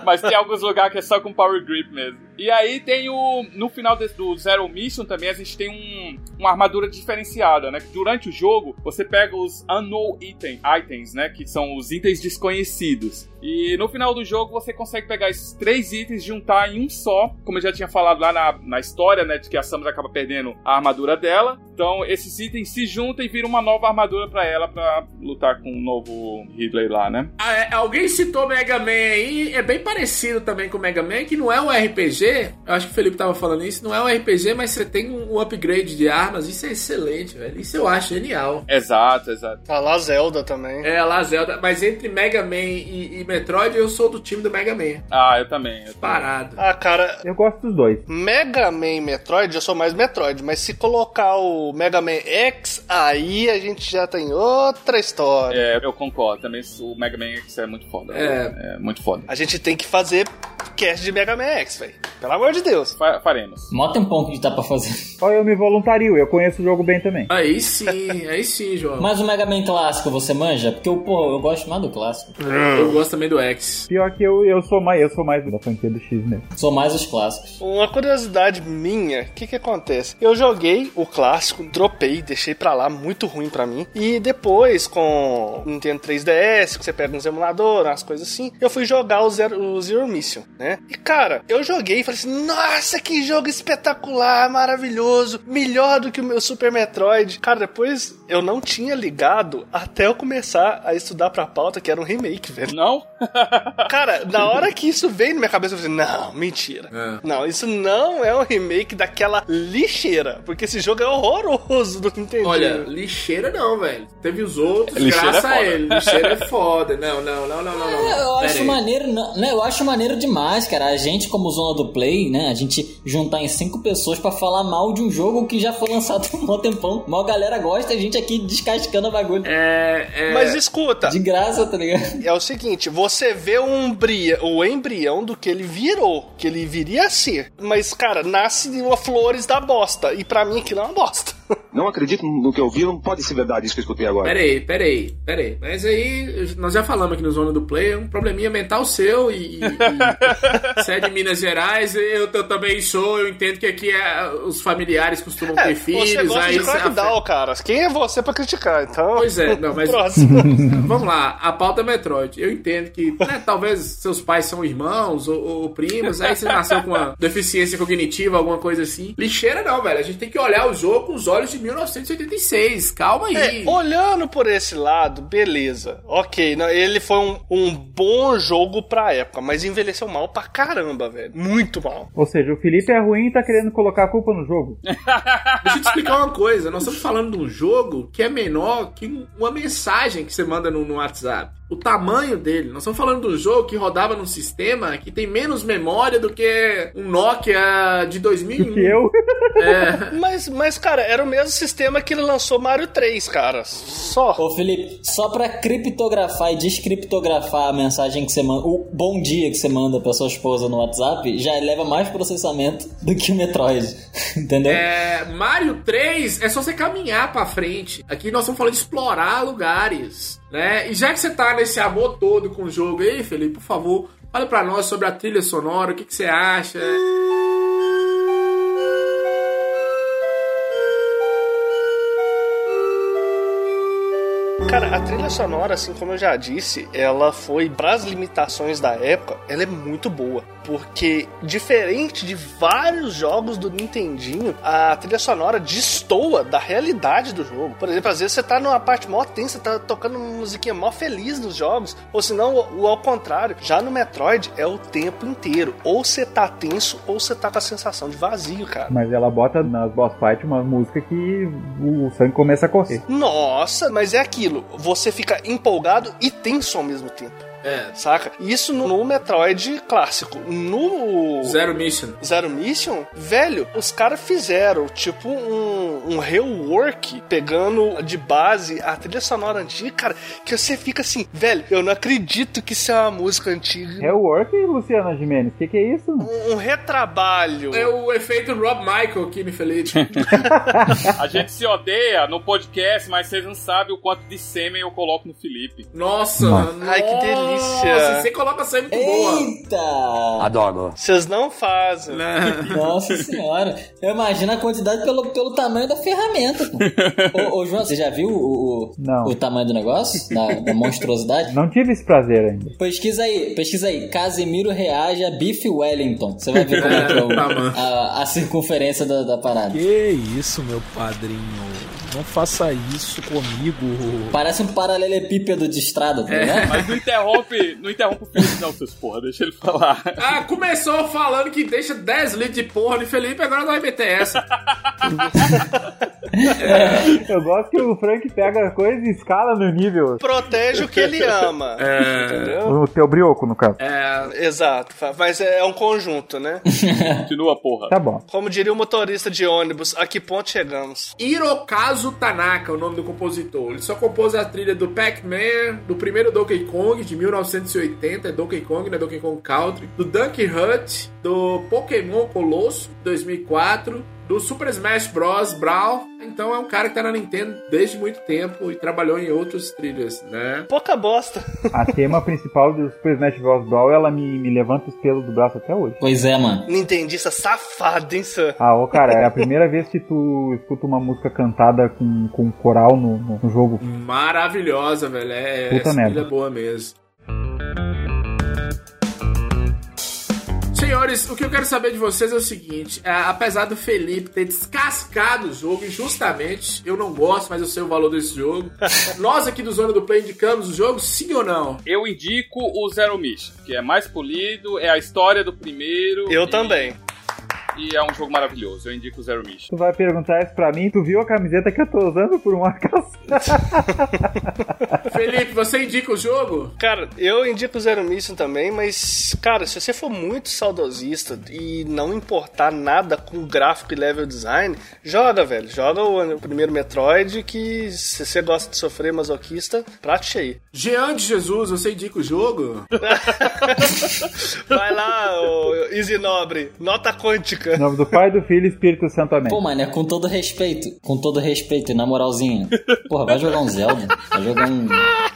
[SPEAKER 3] Mas tem alguns lugares que é só com Power Grip mesmo. E aí tem o. No final desse- do Zero Mission também a gente tem um, uma armadura diferenciada, né? Que Durante o jogo você pega os Unknown item, Items, né? Que são os itens desconhecidos. E no final do jogo você consegue pegar esses três itens, juntar em um só. Como eu já tinha falado lá na, na história, né? De que a Samus acaba perdendo a armadura dela. Então esses itens se juntam e viram uma nova armadura pra ela pra lutar com o novo Ridley lá, né?
[SPEAKER 1] Ah, é, Alguém citou Mega Man aí, é bem parecido também com Mega Man, que não é um RPG. Eu acho que o Felipe tava falando isso, não é um RPG, mas você tem um um upgrade de armas, isso é excelente, velho. Isso eu acho genial.
[SPEAKER 3] Exato, exato.
[SPEAKER 5] Tá lá Zelda também.
[SPEAKER 1] É, lá Zelda, mas entre Mega Man e, e Metroid, eu sou do time do Mega Man.
[SPEAKER 3] Ah, eu também. Eu também.
[SPEAKER 1] Parado.
[SPEAKER 5] Ah, cara,
[SPEAKER 2] Eu gosto dos dois.
[SPEAKER 5] Mega Man e Metroid, eu sou mais Metroid, mas se colocar o Mega Man X, aí a gente já tem outra história.
[SPEAKER 3] É, eu concordo. Também o Mega Man X é muito foda.
[SPEAKER 1] É.
[SPEAKER 3] É muito foda.
[SPEAKER 5] A gente tem que fazer cast de Mega Man X, velho. Pelo amor de Deus.
[SPEAKER 3] Fa- faremos.
[SPEAKER 6] Mó tempão que dá pra fazer.
[SPEAKER 2] Ó, eu me voluntario, eu conheço o jogo bem também.
[SPEAKER 1] Aí sim, aí sim, João.
[SPEAKER 6] Mas o Mega Man clássico você manja? Porque, eu, pô, eu gosto mais do clássico.
[SPEAKER 1] Eu gosto também do X.
[SPEAKER 2] Pior que eu, eu sou mais eu sou mais da franquia do X mesmo.
[SPEAKER 6] Sou mais os clássicos.
[SPEAKER 5] Uma curiosidade minha, o que que acontece? Eu joguei o clássico, dropei, deixei pra lá, muito ruim pra mim. E depois, com o Nintendo 3DS, que você pega uns emuladores, umas coisas assim, eu fui jogar o Zero, o Zero Mission, né? E cara, eu joguei e falei assim, nossa, que jogo espetacular, maravilhoso, melhor do que o meu Super Metroid. Cara, depois eu não tinha ligado até eu começar a estudar pra pauta, que era um remake, velho.
[SPEAKER 3] Não?
[SPEAKER 5] Cara, na hora que isso veio na minha cabeça, eu falei, assim, não, mentira.
[SPEAKER 1] É.
[SPEAKER 5] Não, isso não é um remake daquela lixeira, porque esse jogo é horroroso do Nintendo.
[SPEAKER 1] Olha, lixeira não, velho. Teve os outros,
[SPEAKER 3] Lixeira
[SPEAKER 1] graças
[SPEAKER 3] é
[SPEAKER 1] a
[SPEAKER 3] foda.
[SPEAKER 1] ele. Lixeira é foda. Não, não, não, não, não. não.
[SPEAKER 6] É, Eu
[SPEAKER 1] Pera
[SPEAKER 6] acho
[SPEAKER 1] aí.
[SPEAKER 6] maneiro, não, né, eu acho maneiro demais, cara. A gente, como zona do play, né? A gente juntar em cinco pessoas pra falar mal de um jogo que já foi lançado há um mó tempão. Mó galera gosta, a gente aqui descascando a bagulho.
[SPEAKER 1] É, é...
[SPEAKER 5] Mas escuta,
[SPEAKER 6] De graça, tá ligado?
[SPEAKER 5] é o seguinte, você vê um embri- o embrião do que ele virou, que ele viria a ser. Mas, cara, nasce de uma flores da bosta, e pra mim aquilo é uma bosta.
[SPEAKER 9] Não acredito no que eu vi, não pode ser verdade isso que eu escutei agora.
[SPEAKER 1] Peraí, peraí, peraí. Mas aí, nós já falamos aqui no Zona do Play, é um probleminha mental seu e. e, e você é de Minas Gerais, eu, t- eu também sou, eu entendo que aqui é, os familiares costumam ter filhos,
[SPEAKER 5] É, você gosta
[SPEAKER 1] aí.
[SPEAKER 5] de
[SPEAKER 1] cê-
[SPEAKER 5] Crocodile, cara. Quem é você pra criticar, então?
[SPEAKER 1] Pois é, não, mas-
[SPEAKER 5] Próximo.
[SPEAKER 1] Vamos lá, a pauta é Metroid. Eu entendo que, né, talvez seus pais são irmãos ou, ou primos, aí você nasceu com uma deficiência cognitiva, alguma coisa assim. Lixeira não, velho. A gente tem que olhar o jogo com os olhos olhos de 1986. Calma aí.
[SPEAKER 5] É, olhando por esse lado, beleza. Ok, não, ele foi um, um bom jogo pra época, mas envelheceu mal pra caramba, velho. Muito mal.
[SPEAKER 2] Ou seja, o Felipe é ruim e tá querendo colocar a culpa no jogo.
[SPEAKER 1] Deixa eu te explicar uma coisa. Nós estamos falando de um jogo que é menor que um- uma mensagem que você manda no, no WhatsApp. O tamanho dele. Nós estamos falando de um jogo que rodava num sistema que tem menos memória do que um Nokia de 2001.
[SPEAKER 2] Que eu.
[SPEAKER 5] Mas, mas, cara, era o mesmo sistema que ele lançou Mario 3, cara. Só.
[SPEAKER 6] Ô Felipe, só pra criptografar e descriptografar a mensagem que você manda, o bom dia que você manda pra sua esposa no WhatsApp, já leva mais processamento do que o Metroid. Entendeu?
[SPEAKER 1] É, Mario 3 é só você caminhar pra frente. Aqui nós estamos falando de explorar lugares, né? E já que você tá nesse amor todo com o jogo aí, Felipe, por favor, fala pra nós sobre a trilha sonora, o que, que você acha.
[SPEAKER 5] Cara, a trilha sonora, assim como eu já disse, ela foi, para as limitações da época, ela é muito boa. Porque, diferente de vários jogos do Nintendinho, a trilha sonora destoa da realidade do jogo. Por exemplo, às vezes você tá numa parte mó tensa, tá tocando uma musiquinha mó feliz nos jogos, ou senão o ao contrário. Já no Metroid é o tempo inteiro. Ou você tá tenso, ou você tá com a sensação de vazio, cara.
[SPEAKER 2] Mas ela bota nas boss fight uma música que o sangue começa a correr.
[SPEAKER 5] Nossa, mas é aquilo. Você fica empolgado e tenso ao mesmo tempo.
[SPEAKER 1] É,
[SPEAKER 5] Saca? Isso no, no Metroid clássico. No
[SPEAKER 1] Zero Mission.
[SPEAKER 5] Zero Mission, velho, os caras fizeram tipo um, um rework pegando de base a trilha sonora antiga, cara, que você fica assim, velho, eu não acredito que isso é uma música antiga.
[SPEAKER 2] É o work, Luciana Jimenez. Que que é isso?
[SPEAKER 5] Um, um retrabalho.
[SPEAKER 1] É o efeito Rob Michael aqui, infelizmente.
[SPEAKER 3] A gente se odeia no podcast, mas vocês não sabem o quanto de sêmen eu coloco no Felipe.
[SPEAKER 1] Nossa, nossa.
[SPEAKER 5] Ai, que delícia.
[SPEAKER 1] Você coloca essa aí é muito boa.
[SPEAKER 6] Eita!
[SPEAKER 8] Adoro.
[SPEAKER 5] Vocês não fazem.
[SPEAKER 1] Né?
[SPEAKER 6] Nossa senhora, eu imagino a quantidade pelo, pelo tamanho da ferramenta. Pô. Ô, ô, João, você já viu o, o,
[SPEAKER 2] Não.
[SPEAKER 6] o tamanho do negócio? Da, da monstruosidade?
[SPEAKER 2] Não tive esse prazer ainda.
[SPEAKER 6] Pesquisa aí, pesquisa aí. Casimiro reage a Beef Wellington. Você vai ver como é que é o-
[SPEAKER 1] Tá, mano.
[SPEAKER 6] a, a circunferência da, da parada.
[SPEAKER 7] Que isso, meu padrinho. Não faça isso comigo. É.
[SPEAKER 6] Parece um paralelepípedo de estrada, tá ligado?
[SPEAKER 3] Mas não interrompe, não interrompe o Felipe, não, seus porra. Deixa ele falar.
[SPEAKER 1] Ah, começou falando que deixa 10 litros de porra no Felipe, agora vai meter essa.
[SPEAKER 2] Eu gosto que o Frank pega a coisa e escala no nível.
[SPEAKER 5] Protege o que ele ama.
[SPEAKER 1] É.
[SPEAKER 5] Entendeu?
[SPEAKER 2] O teu brioco, no caso.
[SPEAKER 5] Exato. Mas é um conjunto, né?
[SPEAKER 3] Continua, porra.
[SPEAKER 2] Tá bom.
[SPEAKER 5] Como diria o motorista de ônibus, a que ponto chegamos?
[SPEAKER 1] Hirokazu Tanaka, é o nome do compositor. Ele só compôs a trilha do Pac-Man, do primeiro Donkey Kong de 1980, é Donkey Kong, né? Donkey Kong Country, do Duck Hunt, do Pokémon Colosso 2004, do Super Smash Bros. Brawl. Então é um cara que tá na Nintendo desde muito tempo e trabalhou em outras trilhas, né?
[SPEAKER 5] Pouca bosta.
[SPEAKER 2] A tema principal do Super Smash Bros. Brawl, ela me, me levanta os pelos do braço até hoje.
[SPEAKER 6] Pois é, mano.
[SPEAKER 5] Nintendista safado, hein, Sam?
[SPEAKER 2] Ah, ô cara, é a primeira vez que tu escuta uma música cantada com, com coral no, no- no jogo.
[SPEAKER 1] Maravilhosa, velho. É,
[SPEAKER 2] Puta
[SPEAKER 1] essa
[SPEAKER 2] merda.
[SPEAKER 1] trilha é boa mesmo. Senhores, o que eu quero saber de vocês é o seguinte: é, apesar do Felipe ter descascado o jogo injustamente, eu não gosto, mas eu sei o valor desse jogo. Nós aqui do Zona do Play indicamos o jogo, sim ou não?
[SPEAKER 3] Eu indico o Zero Mission, que é mais polido, é a história do primeiro.
[SPEAKER 5] Eu
[SPEAKER 3] e-
[SPEAKER 5] também.
[SPEAKER 3] E é um jogo maravilhoso. Eu indico o Zero Mission.
[SPEAKER 2] Tu vai perguntar isso pra mim, tu viu a camiseta que eu tô usando por um acaso?
[SPEAKER 1] Felipe, você indica o jogo?
[SPEAKER 5] Cara, eu indico o Zero Mission também, mas, cara, se você for muito saudosista e não importar nada com gráfico e level design, joga, velho. Joga o, o primeiro Metroid, que se você gosta de sofrer masoquista, prato cheio.
[SPEAKER 1] Jean de Jesus, você indica o jogo?
[SPEAKER 5] Vai lá, ô, Easy Nobre, nota quântica.
[SPEAKER 2] Em nome do Pai, do Filho e Espírito Santo Amém.
[SPEAKER 6] Pô, mano, é com todo respeito. Com todo respeito, e na moralzinha. Porra, vai jogar um Zelda. Vai jogar um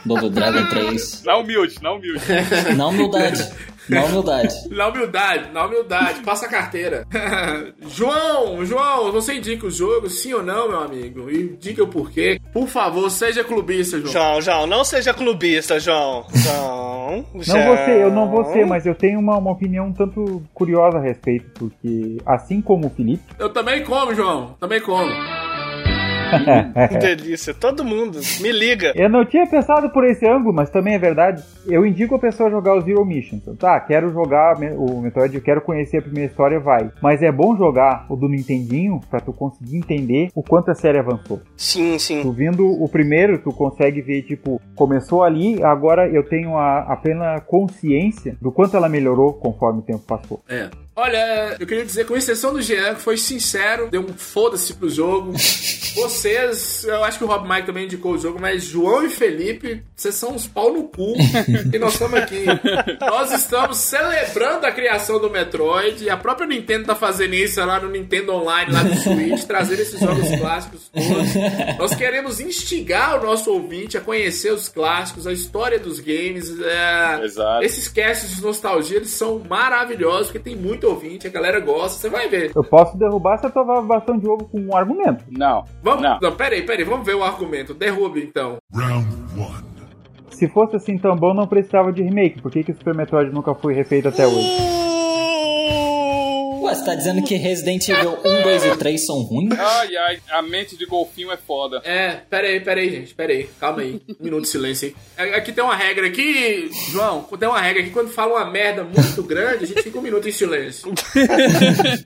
[SPEAKER 6] Double Dragon 3.
[SPEAKER 3] Na humilde, na humilde.
[SPEAKER 6] Na humildade. Na humildade.
[SPEAKER 1] Na humildade, na humildade, passa a carteira. João, João, você indica o jogo, sim ou não, meu amigo? E Indica o porquê. Por favor, seja clubista, João.
[SPEAKER 5] João, João, não seja clubista, João. João.
[SPEAKER 2] Não vou ser, eu não vou ser, mas eu tenho uma, uma opinião um tanto curiosa a respeito, porque assim como o Felipe,
[SPEAKER 1] Eu também como, João. Também como.
[SPEAKER 5] Que
[SPEAKER 2] É.
[SPEAKER 5] delícia. Todo mundo. Me liga.
[SPEAKER 2] Eu não tinha pensado por esse ângulo, mas também é verdade. Eu indico a pessoa jogar o Zero Mission. Tá, quero jogar me- o Metroid, eu quero conhecer a primeira história, vai. Mas é bom jogar o do Nintendinho pra tu conseguir entender o quanto a série avançou.
[SPEAKER 5] Sim, sim.
[SPEAKER 2] Tu vindo o primeiro, tu consegue ver, tipo, começou ali, agora eu tenho a, a plena consciência do quanto ela melhorou conforme o tempo passou.
[SPEAKER 1] É. Olha, eu queria dizer, com exceção do Jean, que foi sincero, deu um foda-se pro jogo. Vocês, eu acho que o Rob Mike também indicou o jogo, mas João e Felipe, vocês são uns pau no cu. e nós estamos aqui. Nós estamos celebrando a criação do Metroid. E a própria Nintendo tá fazendo isso lá no Nintendo Online, lá no Switch, trazendo esses jogos clássicos todos. Nós queremos instigar o nosso ouvinte a conhecer os clássicos, a história dos games. é,
[SPEAKER 3] Exato.
[SPEAKER 1] esses casts de nostalgia, eles são maravilhosos, porque tem muito ouvinte, a galera gosta, você vai ver.
[SPEAKER 2] Eu posso derrubar essa tua bastão de ovo com um argumento.
[SPEAKER 3] Não.
[SPEAKER 1] Vamos,
[SPEAKER 3] Não.
[SPEAKER 1] não. peraí, peraí, vamos ver o argumento. Derrube, então.
[SPEAKER 2] Se fosse assim tão bom, não precisava de remake. Por que, que o Super Metroid nunca foi refeito até hoje?
[SPEAKER 6] Ué, você tá dizendo que Resident Evil 1, 2 e 3 são ruins?
[SPEAKER 3] Ai, ai, a mente de golfinho é foda.
[SPEAKER 1] É, peraí, peraí, gente, peraí. Calma aí. Um minuto de silêncio, hein? É, Aqui tem uma regra aqui, João, tem uma regra aqui, quando fala uma merda muito grande, a gente fica um minuto em silêncio.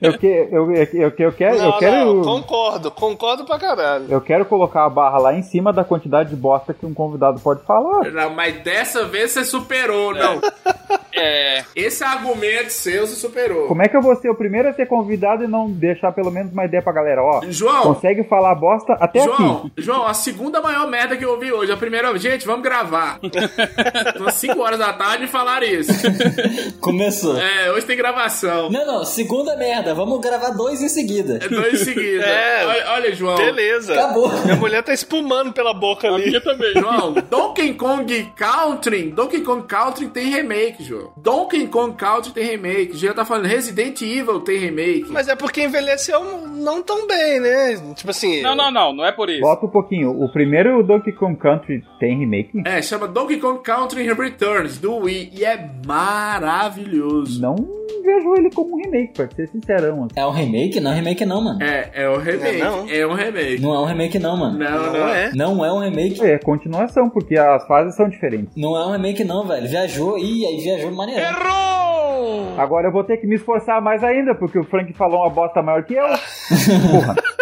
[SPEAKER 2] Eu, que, eu, eu, eu, É, eu quero.
[SPEAKER 5] Não,
[SPEAKER 2] eu quero
[SPEAKER 5] não, concordo, concordo pra caralho.
[SPEAKER 2] Eu quero colocar a barra lá em cima da quantidade de bosta que um convidado pode falar.
[SPEAKER 1] Não, mas dessa vez você superou, não.
[SPEAKER 3] É.
[SPEAKER 1] Esse argumento seu você superou.
[SPEAKER 2] Como é que eu vou ser o primeiro a ser convidado e não deixar pelo menos uma ideia pra galera? Ó,
[SPEAKER 1] João,
[SPEAKER 2] consegue falar bosta até
[SPEAKER 1] João,
[SPEAKER 2] aqui.
[SPEAKER 1] João, a segunda maior merda que eu ouvi hoje. A primeira, gente, vamos gravar. São 5 horas da tarde e falaram isso.
[SPEAKER 6] Começou.
[SPEAKER 1] É, hoje tem gravação.
[SPEAKER 6] Não, não, segunda merda, vamos gravar dois em seguida.
[SPEAKER 1] É dois em seguida.
[SPEAKER 5] É.
[SPEAKER 1] Olha, olha, João.
[SPEAKER 5] Beleza.
[SPEAKER 6] Acabou.
[SPEAKER 5] Minha mulher tá espumando pela boca
[SPEAKER 3] A
[SPEAKER 5] ali.
[SPEAKER 3] minha também.
[SPEAKER 1] João, Donkey Kong Country, Donkey Kong Country tem remake, João. Donkey Kong Country tem remake. Já tá falando Resident Evil tem remake.
[SPEAKER 5] Mas é porque envelheceu não tão bem, né? Tipo assim.
[SPEAKER 3] Não, não, não, não é por isso.
[SPEAKER 2] Volta um pouquinho. O primeiro Donkey Kong Country tem remake?
[SPEAKER 1] É, chama Donkey Kong Country Returns do Wii e é maravilhoso.
[SPEAKER 2] Não vejo ele como um remake, pra ser sincerão. assim.
[SPEAKER 6] É um remake? Não é um remake não, mano.
[SPEAKER 1] É, é um remake.
[SPEAKER 5] É, não.
[SPEAKER 1] É um remake.
[SPEAKER 6] Não é um remake não, mano.
[SPEAKER 1] Não,
[SPEAKER 5] Não
[SPEAKER 1] não.
[SPEAKER 5] é.
[SPEAKER 6] Não é um remake.
[SPEAKER 2] É continuação, porque as fases são diferentes.
[SPEAKER 6] Não é um remake não, velho. Viajou, ih, aí viajou maneiro.
[SPEAKER 2] Agora eu vou ter que me esforçar mais ainda, porque o Frank falou uma bosta maior que eu.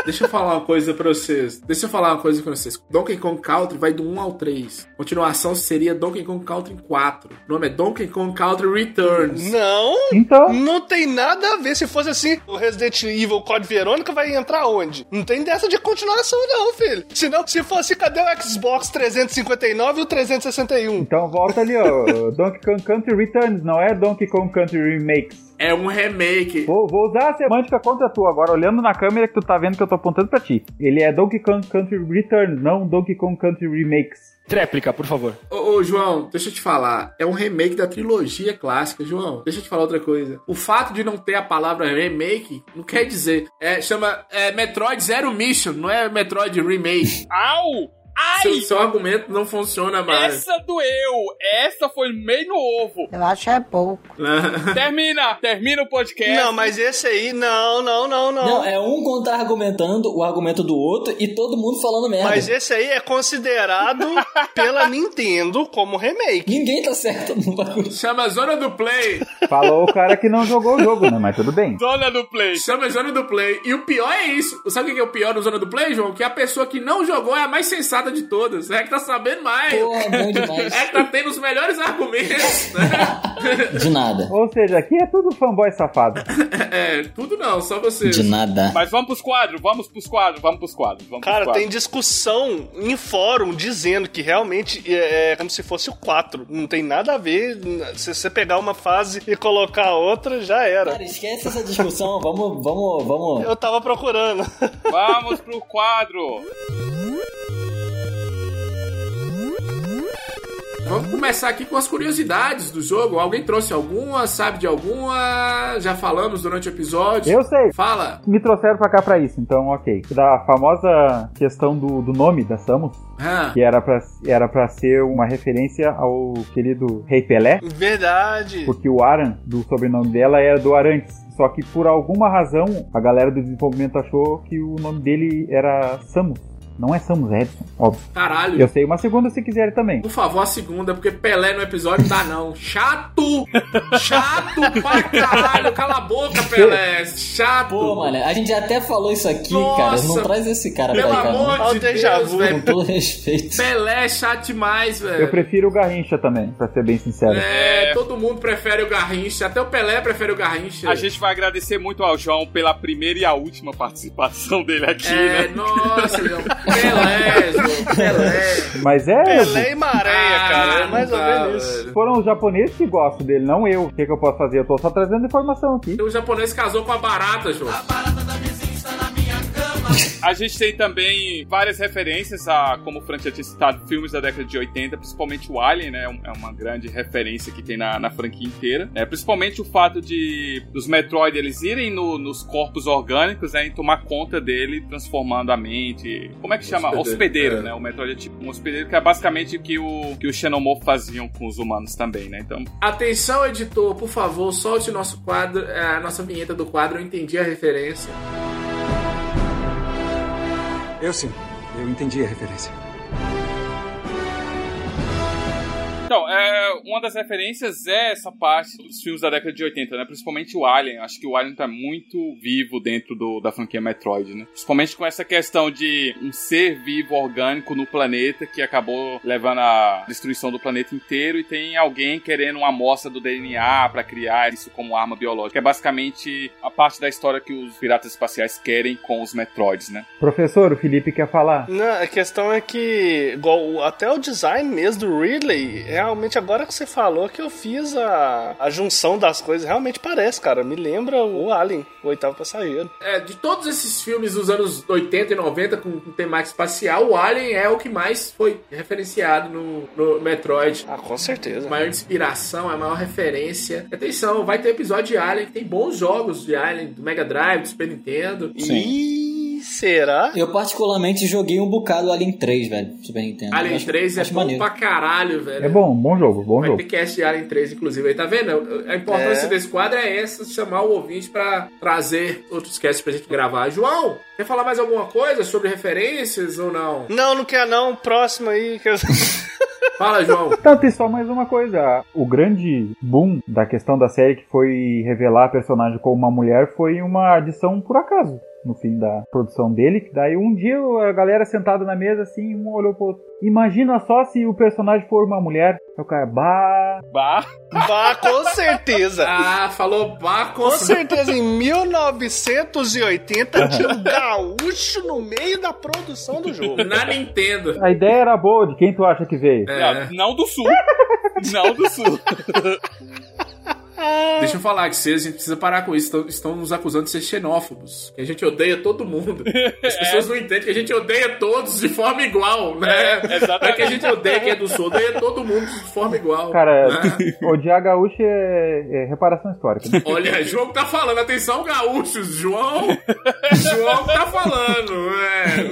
[SPEAKER 1] Deixa eu falar uma coisa pra vocês. Deixa eu falar uma coisa pra vocês. Donkey Kong Country vai do 1 ao 3. Continuação seria Donkey Kong Country 4. O nome é Donkey Kong Country Returns.
[SPEAKER 5] Não,
[SPEAKER 2] Então,
[SPEAKER 5] não tem nada a ver. Se fosse assim, o Resident Evil Code Verônica vai entrar onde? Não tem dessa de continuação, não, filho. Senão, se fosse, cadê o Xbox 359 e um? o 361?
[SPEAKER 2] então volta ali, ó. Donkey Kong Country Returns, não é Donkey Kong Country Remakes.
[SPEAKER 1] É um remake.
[SPEAKER 2] Vou, vou usar a semântica contra tu agora, olhando na câmera que tu tá vendo que eu tô apontando pra ti. Ele é Donkey Kong Country Returns, não Donkey Kong Country Remakes.
[SPEAKER 7] Tréplica, por favor.
[SPEAKER 1] Ô, ô, João, deixa eu te falar. É um remake da trilogia clássica, João. Deixa eu te falar outra coisa. O fato de não ter a palavra remake não quer dizer. É, chama é, Metroid Zero Mission, não é Metroid Remake.
[SPEAKER 3] Au!
[SPEAKER 1] Seu,
[SPEAKER 3] Ai!
[SPEAKER 1] seu argumento não funciona mais.
[SPEAKER 3] Essa doeu! Essa foi meio no ovo!
[SPEAKER 10] Eu acho é pouco.
[SPEAKER 3] Termina! Termina o podcast!
[SPEAKER 5] Não, mas esse aí, não, não, não, não.
[SPEAKER 6] Não, é um contra-argumentando o argumento do outro e todo mundo falando merda.
[SPEAKER 5] Mas esse aí é considerado pela Nintendo como remake.
[SPEAKER 6] Ninguém tá certo no bagulho.
[SPEAKER 1] Chama Zona do Play.
[SPEAKER 2] Falou o cara que não jogou o jogo, né? Mas tudo bem.
[SPEAKER 3] Zona do Play!
[SPEAKER 1] Chama Zona do Play. E o pior é isso. Sabe o que que é o pior no Zona do Play, João? Que a pessoa que não jogou é a mais sensata de todas. É a que tá sabendo mais.
[SPEAKER 6] Porra, bom demais.
[SPEAKER 1] É a que tá tendo os melhores argumentos. né?
[SPEAKER 6] De nada.
[SPEAKER 2] Ou seja, aqui é tudo fanboy safado.
[SPEAKER 1] é, tudo não, só vocês.
[SPEAKER 6] De nada.
[SPEAKER 3] Mas vamos pros quadros, vamos pros quadros, vamos pros quadros. Vamos pros
[SPEAKER 5] Cara,
[SPEAKER 3] quadros.
[SPEAKER 5] tem discussão em fórum dizendo que realmente é, é como se fosse o 4. Não tem nada a ver. Se você pegar uma fase e colocar a outra, já era.
[SPEAKER 6] Cara, esquece essa discussão. Vamos, vamos, vamos.
[SPEAKER 5] Eu tava procurando.
[SPEAKER 3] Vamos pro quadro!
[SPEAKER 1] Vamos começar aqui com as curiosidades do jogo. Alguém trouxe alguma? Sabe de alguma? Já falamos durante o episódio.
[SPEAKER 2] Eu sei.
[SPEAKER 1] Fala.
[SPEAKER 2] Me trouxeram pra cá pra isso, então ok. Da famosa questão do, do nome da Samus,
[SPEAKER 1] Hã?
[SPEAKER 2] que era pra, era pra ser uma referência ao querido Rei Pelé,
[SPEAKER 5] Verdade.
[SPEAKER 2] porque o Aran, do sobrenome dela, era do Arantes. Só que por alguma razão, a galera do desenvolvimento achou que o nome dele era Samus. Não é Samus Edson, óbvio.
[SPEAKER 1] Caralho.
[SPEAKER 2] Eu sei uma segunda se quiserem também.
[SPEAKER 1] Por favor, a segunda, porque Pelé no episódio dá não. Chato! Chato pra caralho! Cala a boca, Pelé! Chato!
[SPEAKER 6] Pô, mano, a gente até falou isso aqui, cara.
[SPEAKER 1] Nossa.
[SPEAKER 6] Não traz esse cara
[SPEAKER 1] Pelo
[SPEAKER 6] pra cá. não.
[SPEAKER 1] amor de
[SPEAKER 5] Olha o déjà
[SPEAKER 1] Deus,
[SPEAKER 5] vu.
[SPEAKER 6] Com
[SPEAKER 1] velho.
[SPEAKER 6] todo respeito.
[SPEAKER 1] Pelé é chato demais, velho.
[SPEAKER 2] Eu prefiro o Garrincha também, pra ser bem sincero.
[SPEAKER 1] É, todo mundo prefere o Garrincha. Até o Pelé prefere o Garrincha.
[SPEAKER 3] A gente vai agradecer muito ao João pela primeira e a última participação dele aqui,
[SPEAKER 1] É,
[SPEAKER 3] né?
[SPEAKER 1] nossa, João. Pelé, João. Pelé.
[SPEAKER 2] Mas é.
[SPEAKER 5] Pelé e Maréia, cara. É
[SPEAKER 1] Ah,
[SPEAKER 5] mais ou
[SPEAKER 1] não dá,
[SPEAKER 5] menos isso.
[SPEAKER 1] velho.
[SPEAKER 2] Foram os japoneses que gostam dele, não eu. O que, que eu posso fazer? Eu tô só trazendo informação aqui.
[SPEAKER 1] O japonês casou com a barata, João.
[SPEAKER 3] A gente tem também várias referências a, como o Fran já tinha citado, filmes da década de 80, principalmente o Alien, né? É um- É uma grande referência que tem na, na franquia inteira. É, principalmente o fato de os Metroid eles irem no- nos corpos orgânicos né, e tomar conta dele, transformando a mente. Como é que chama?
[SPEAKER 1] Hospedeiro,
[SPEAKER 3] Hospedeiro,
[SPEAKER 1] é.
[SPEAKER 3] né? O Metroid é tipo um hospedeiro que é basicamente o que o que os Xenomorphs faziam com os humanos também, né? Então,
[SPEAKER 1] Atenção, editor, por favor, solte o nosso quadro, é, a nossa vinheta do quadro. Eu entendi a referência.
[SPEAKER 11] Eu sim, eu entendi a referência.
[SPEAKER 3] Então, é, uma das referências é essa parte dos filmes da década de 80, né? Principalmente o Alien. Acho que o Alien tá muito vivo dentro do- da franquia Metroid, né? Principalmente com essa questão de um ser vivo orgânico no planeta que acabou levando à destruição do planeta inteiro e tem alguém querendo uma amostra do DNA pra criar isso como arma biológica. É basicamente a parte da história que os piratas espaciais querem com os Metroids, né?
[SPEAKER 2] Professor, o Felipe quer falar.
[SPEAKER 5] Não, a questão é que igual, o- até o design mesmo do Ridley, realmente agora que você falou que eu fiz a, a junção das coisas, realmente parece, cara. Me lembra o Alien, o oitavo passageiro.
[SPEAKER 1] É, de todos esses filmes dos anos 80 e 90 com, com temática espacial, o Alien é o que mais foi referenciado no, no Metroid.
[SPEAKER 5] Ah, com certeza.
[SPEAKER 1] A maior inspiração, a maior referência. Atenção, vai ter episódio de Alien, que tem bons jogos de Alien, do Mega Drive, do Super Nintendo.
[SPEAKER 5] E será?
[SPEAKER 6] Eu particularmente joguei um bocado Alien 3, velho. Super Nintendo.
[SPEAKER 1] Alien
[SPEAKER 6] Acho-
[SPEAKER 1] 3 é
[SPEAKER 6] né? acho
[SPEAKER 1] bom pra caralho, velho.
[SPEAKER 2] É bom, bom jogo, bom
[SPEAKER 1] Vai
[SPEAKER 2] jogo.
[SPEAKER 1] ter cast de Alien 3, inclusive, aí, tá vendo? A importância
[SPEAKER 5] É.
[SPEAKER 1] desse quadro é essa, chamar o ouvinte pra trazer outros casts pra gente gravar. João, quer falar mais alguma coisa sobre referências ou não?
[SPEAKER 5] Não, não quer não. Próximo aí. que eu-
[SPEAKER 1] Fala, João.
[SPEAKER 2] Tá, tem só mais uma coisa. O grande boom da questão da série que foi revelar a personagem como uma mulher foi uma adição por acaso no fim da produção dele. Que daí um dia a galera sentada na mesa assim, um olhou pro outro. Imagina só se o personagem for uma mulher. Aí o cara, bah.
[SPEAKER 3] Bah!
[SPEAKER 5] Bah, com certeza.
[SPEAKER 1] Ah, falou
[SPEAKER 5] Com
[SPEAKER 1] Bacos.
[SPEAKER 5] certeza, em 1980 tinha um gaúcho no meio da produção do jogo.
[SPEAKER 1] Na Nintendo.
[SPEAKER 2] A ideia era boa, de quem tu acha que veio?
[SPEAKER 1] É.
[SPEAKER 3] Não, não do sul! não do sul!
[SPEAKER 1] Deixa eu falar que vocês, a gente precisa parar com isso. Estão, estão nos acusando de ser xenófobos. Que a gente odeia todo mundo. As pessoas não entendem que a gente odeia todos de forma igual, né? Não é que a gente odeia quem é do sul, odeia todo mundo de forma igual.
[SPEAKER 2] Cara,
[SPEAKER 1] né?
[SPEAKER 2] odiar gaúcho é, é reparação histórica. né?
[SPEAKER 1] Olha, João tá falando, atenção, gaúchos, João! João tá falando,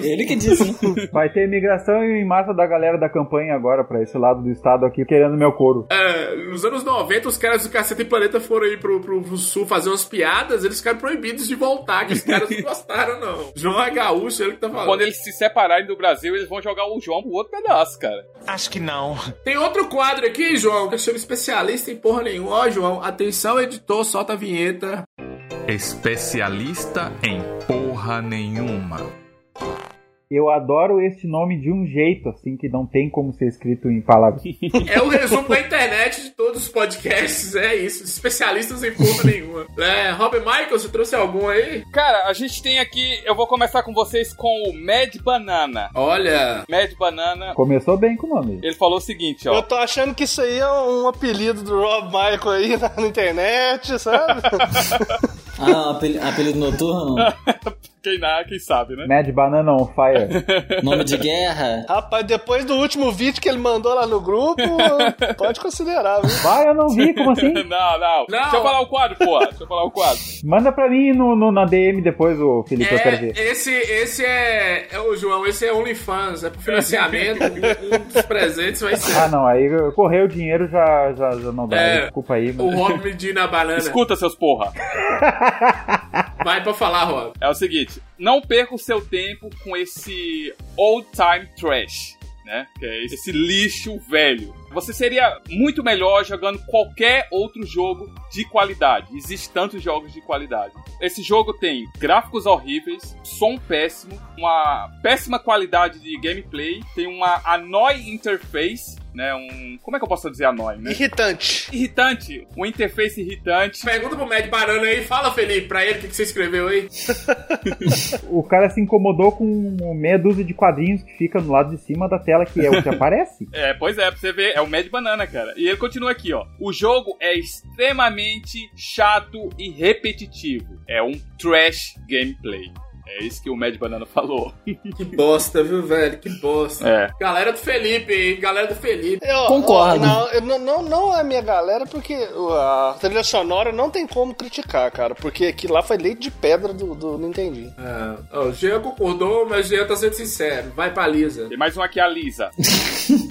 [SPEAKER 1] é.
[SPEAKER 6] Ele que disse, né?
[SPEAKER 2] Vai ter imigração em massa da galera da campanha agora pra esse lado do estado aqui querendo meu couro.
[SPEAKER 1] É, Nos anos 90, os caras do Caceta e Planeta foram aí pro, pro- pro sul fazer umas piadas, eles ficaram proibidos de voltar, que os caras não gostaram, não. João é gaúcho, ele que tá falando.
[SPEAKER 3] Quando eles se separarem do Brasil, eles vão jogar o João pro outro pedaço, cara.
[SPEAKER 7] Acho que não.
[SPEAKER 1] Tem outro quadro aqui, João, que chama especialista em porra nenhuma. Ó, João, atenção, editor, solta a vinheta.
[SPEAKER 7] Especialista em porra nenhuma.
[SPEAKER 2] Eu adoro este nome de um jeito, assim, que não tem como ser escrito em palavras.
[SPEAKER 1] É o resumo da internet de todos os podcasts, é isso. Especialistas em porra nenhuma. É, Robin Michael, você trouxe algum aí?
[SPEAKER 3] Cara, a gente tem aqui. Eu vou começar com vocês com o Mad Banana.
[SPEAKER 1] Olha,
[SPEAKER 3] Mad Banana,
[SPEAKER 2] Começou bem com o nome.
[SPEAKER 3] ele falou o seguinte,
[SPEAKER 5] Eu
[SPEAKER 3] ó.
[SPEAKER 5] tô achando que isso aí é um apelido do Rob Michael aí na, na internet, sabe?
[SPEAKER 6] Ah, apelido, apelido noturno?
[SPEAKER 3] Quem, na, quem sabe, né?
[SPEAKER 2] Mad Banana on Fire.
[SPEAKER 6] Nome de guerra?
[SPEAKER 5] Rapaz, depois do último vídeo que ele mandou lá no grupo, pode considerar, viu?
[SPEAKER 2] Vai, eu não vi, como assim?
[SPEAKER 3] Não, não, Deixa eu falar o quadro, pô. Deixa eu falar o quadro.
[SPEAKER 2] Manda pra mim no, no- na DM depois, o Felipe, eu quero ver.
[SPEAKER 1] é, esse, esse é, é o João, esse é OnlyFans, é pro financiamento, um dos presentes vai ser.
[SPEAKER 2] Ah, não, aí eu- correu o dinheiro já, já, já não dá.
[SPEAKER 1] É.
[SPEAKER 2] Desculpa aí,
[SPEAKER 1] O
[SPEAKER 2] mano.
[SPEAKER 1] Rob medindo a banana.
[SPEAKER 3] Escuta, seus porra.
[SPEAKER 1] Vai pra falar, Rob.
[SPEAKER 3] É o seguinte: Não perca o seu tempo com esse old time trash, né? Que é esse- esse lixo velho. Você seria muito melhor jogando qualquer outro jogo de qualidade. Existem tantos jogos de qualidade. Esse jogo tem gráficos horríveis, som péssimo, uma péssima qualidade de gameplay, tem uma annoy interface, né? Um, como é que eu posso dizer annoy, né?
[SPEAKER 5] Irritante.
[SPEAKER 3] Irritante. Uma interface irritante.
[SPEAKER 1] Pergunta pro Mad Banana aí, fala, Felipe, pra ele o que que você escreveu aí.
[SPEAKER 2] O cara se incomodou com meia dúzia de quadrinhos que fica no lado de cima da tela, que é o que aparece.
[SPEAKER 3] É, pois é, pra você ver, é o Mad Banana, cara. E ele continua aqui, ó. O jogo é extremamente chato e repetitivo. É um trash gameplay. É isso que o Mad Banana falou.
[SPEAKER 1] Que bosta, viu, velho? Que bosta.
[SPEAKER 3] É.
[SPEAKER 1] Galera do Felipe, hein? Galera do Felipe.
[SPEAKER 5] Eu-
[SPEAKER 6] Concordo.
[SPEAKER 5] É, ó, não, eu- não, não, não é a minha galera, porque a trilha sonora não tem como criticar, cara. Porque aquilo lá foi leite de pedra do, do Nintendinho.
[SPEAKER 1] Ah, ó, o Jean concordou, mas o Jean tá sendo sincero. Vai pra Lisa.
[SPEAKER 3] Tem mais um aqui, a Lisa.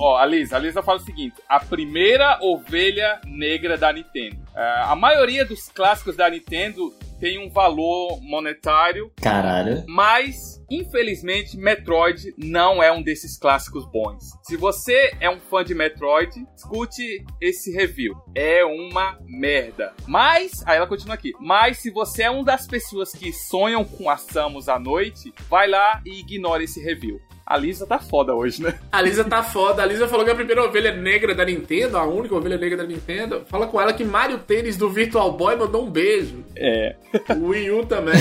[SPEAKER 3] Ó, a Lisa, a Lisa fala o seguinte: a primeira ovelha negra da Nintendo. É, a maioria dos clássicos da Nintendo tem um valor monetário,
[SPEAKER 6] Caralho.
[SPEAKER 3] mas infelizmente Metroid não é um desses clássicos bons. Se você é um fã de Metroid, escute esse review. É uma merda. Mas, aí ela continua aqui. Mas se você é uma das pessoas que sonham com a Samus à noite, vai lá e ignora esse review. A Lisa tá foda hoje, né?
[SPEAKER 1] A Lisa tá foda. A Lisa falou que é a primeira ovelha negra da Nintendo, a única ovelha negra da Nintendo. Fala com ela que Mario Tênis do Virtual Boy mandou um beijo.
[SPEAKER 3] É.
[SPEAKER 1] O Wii U também.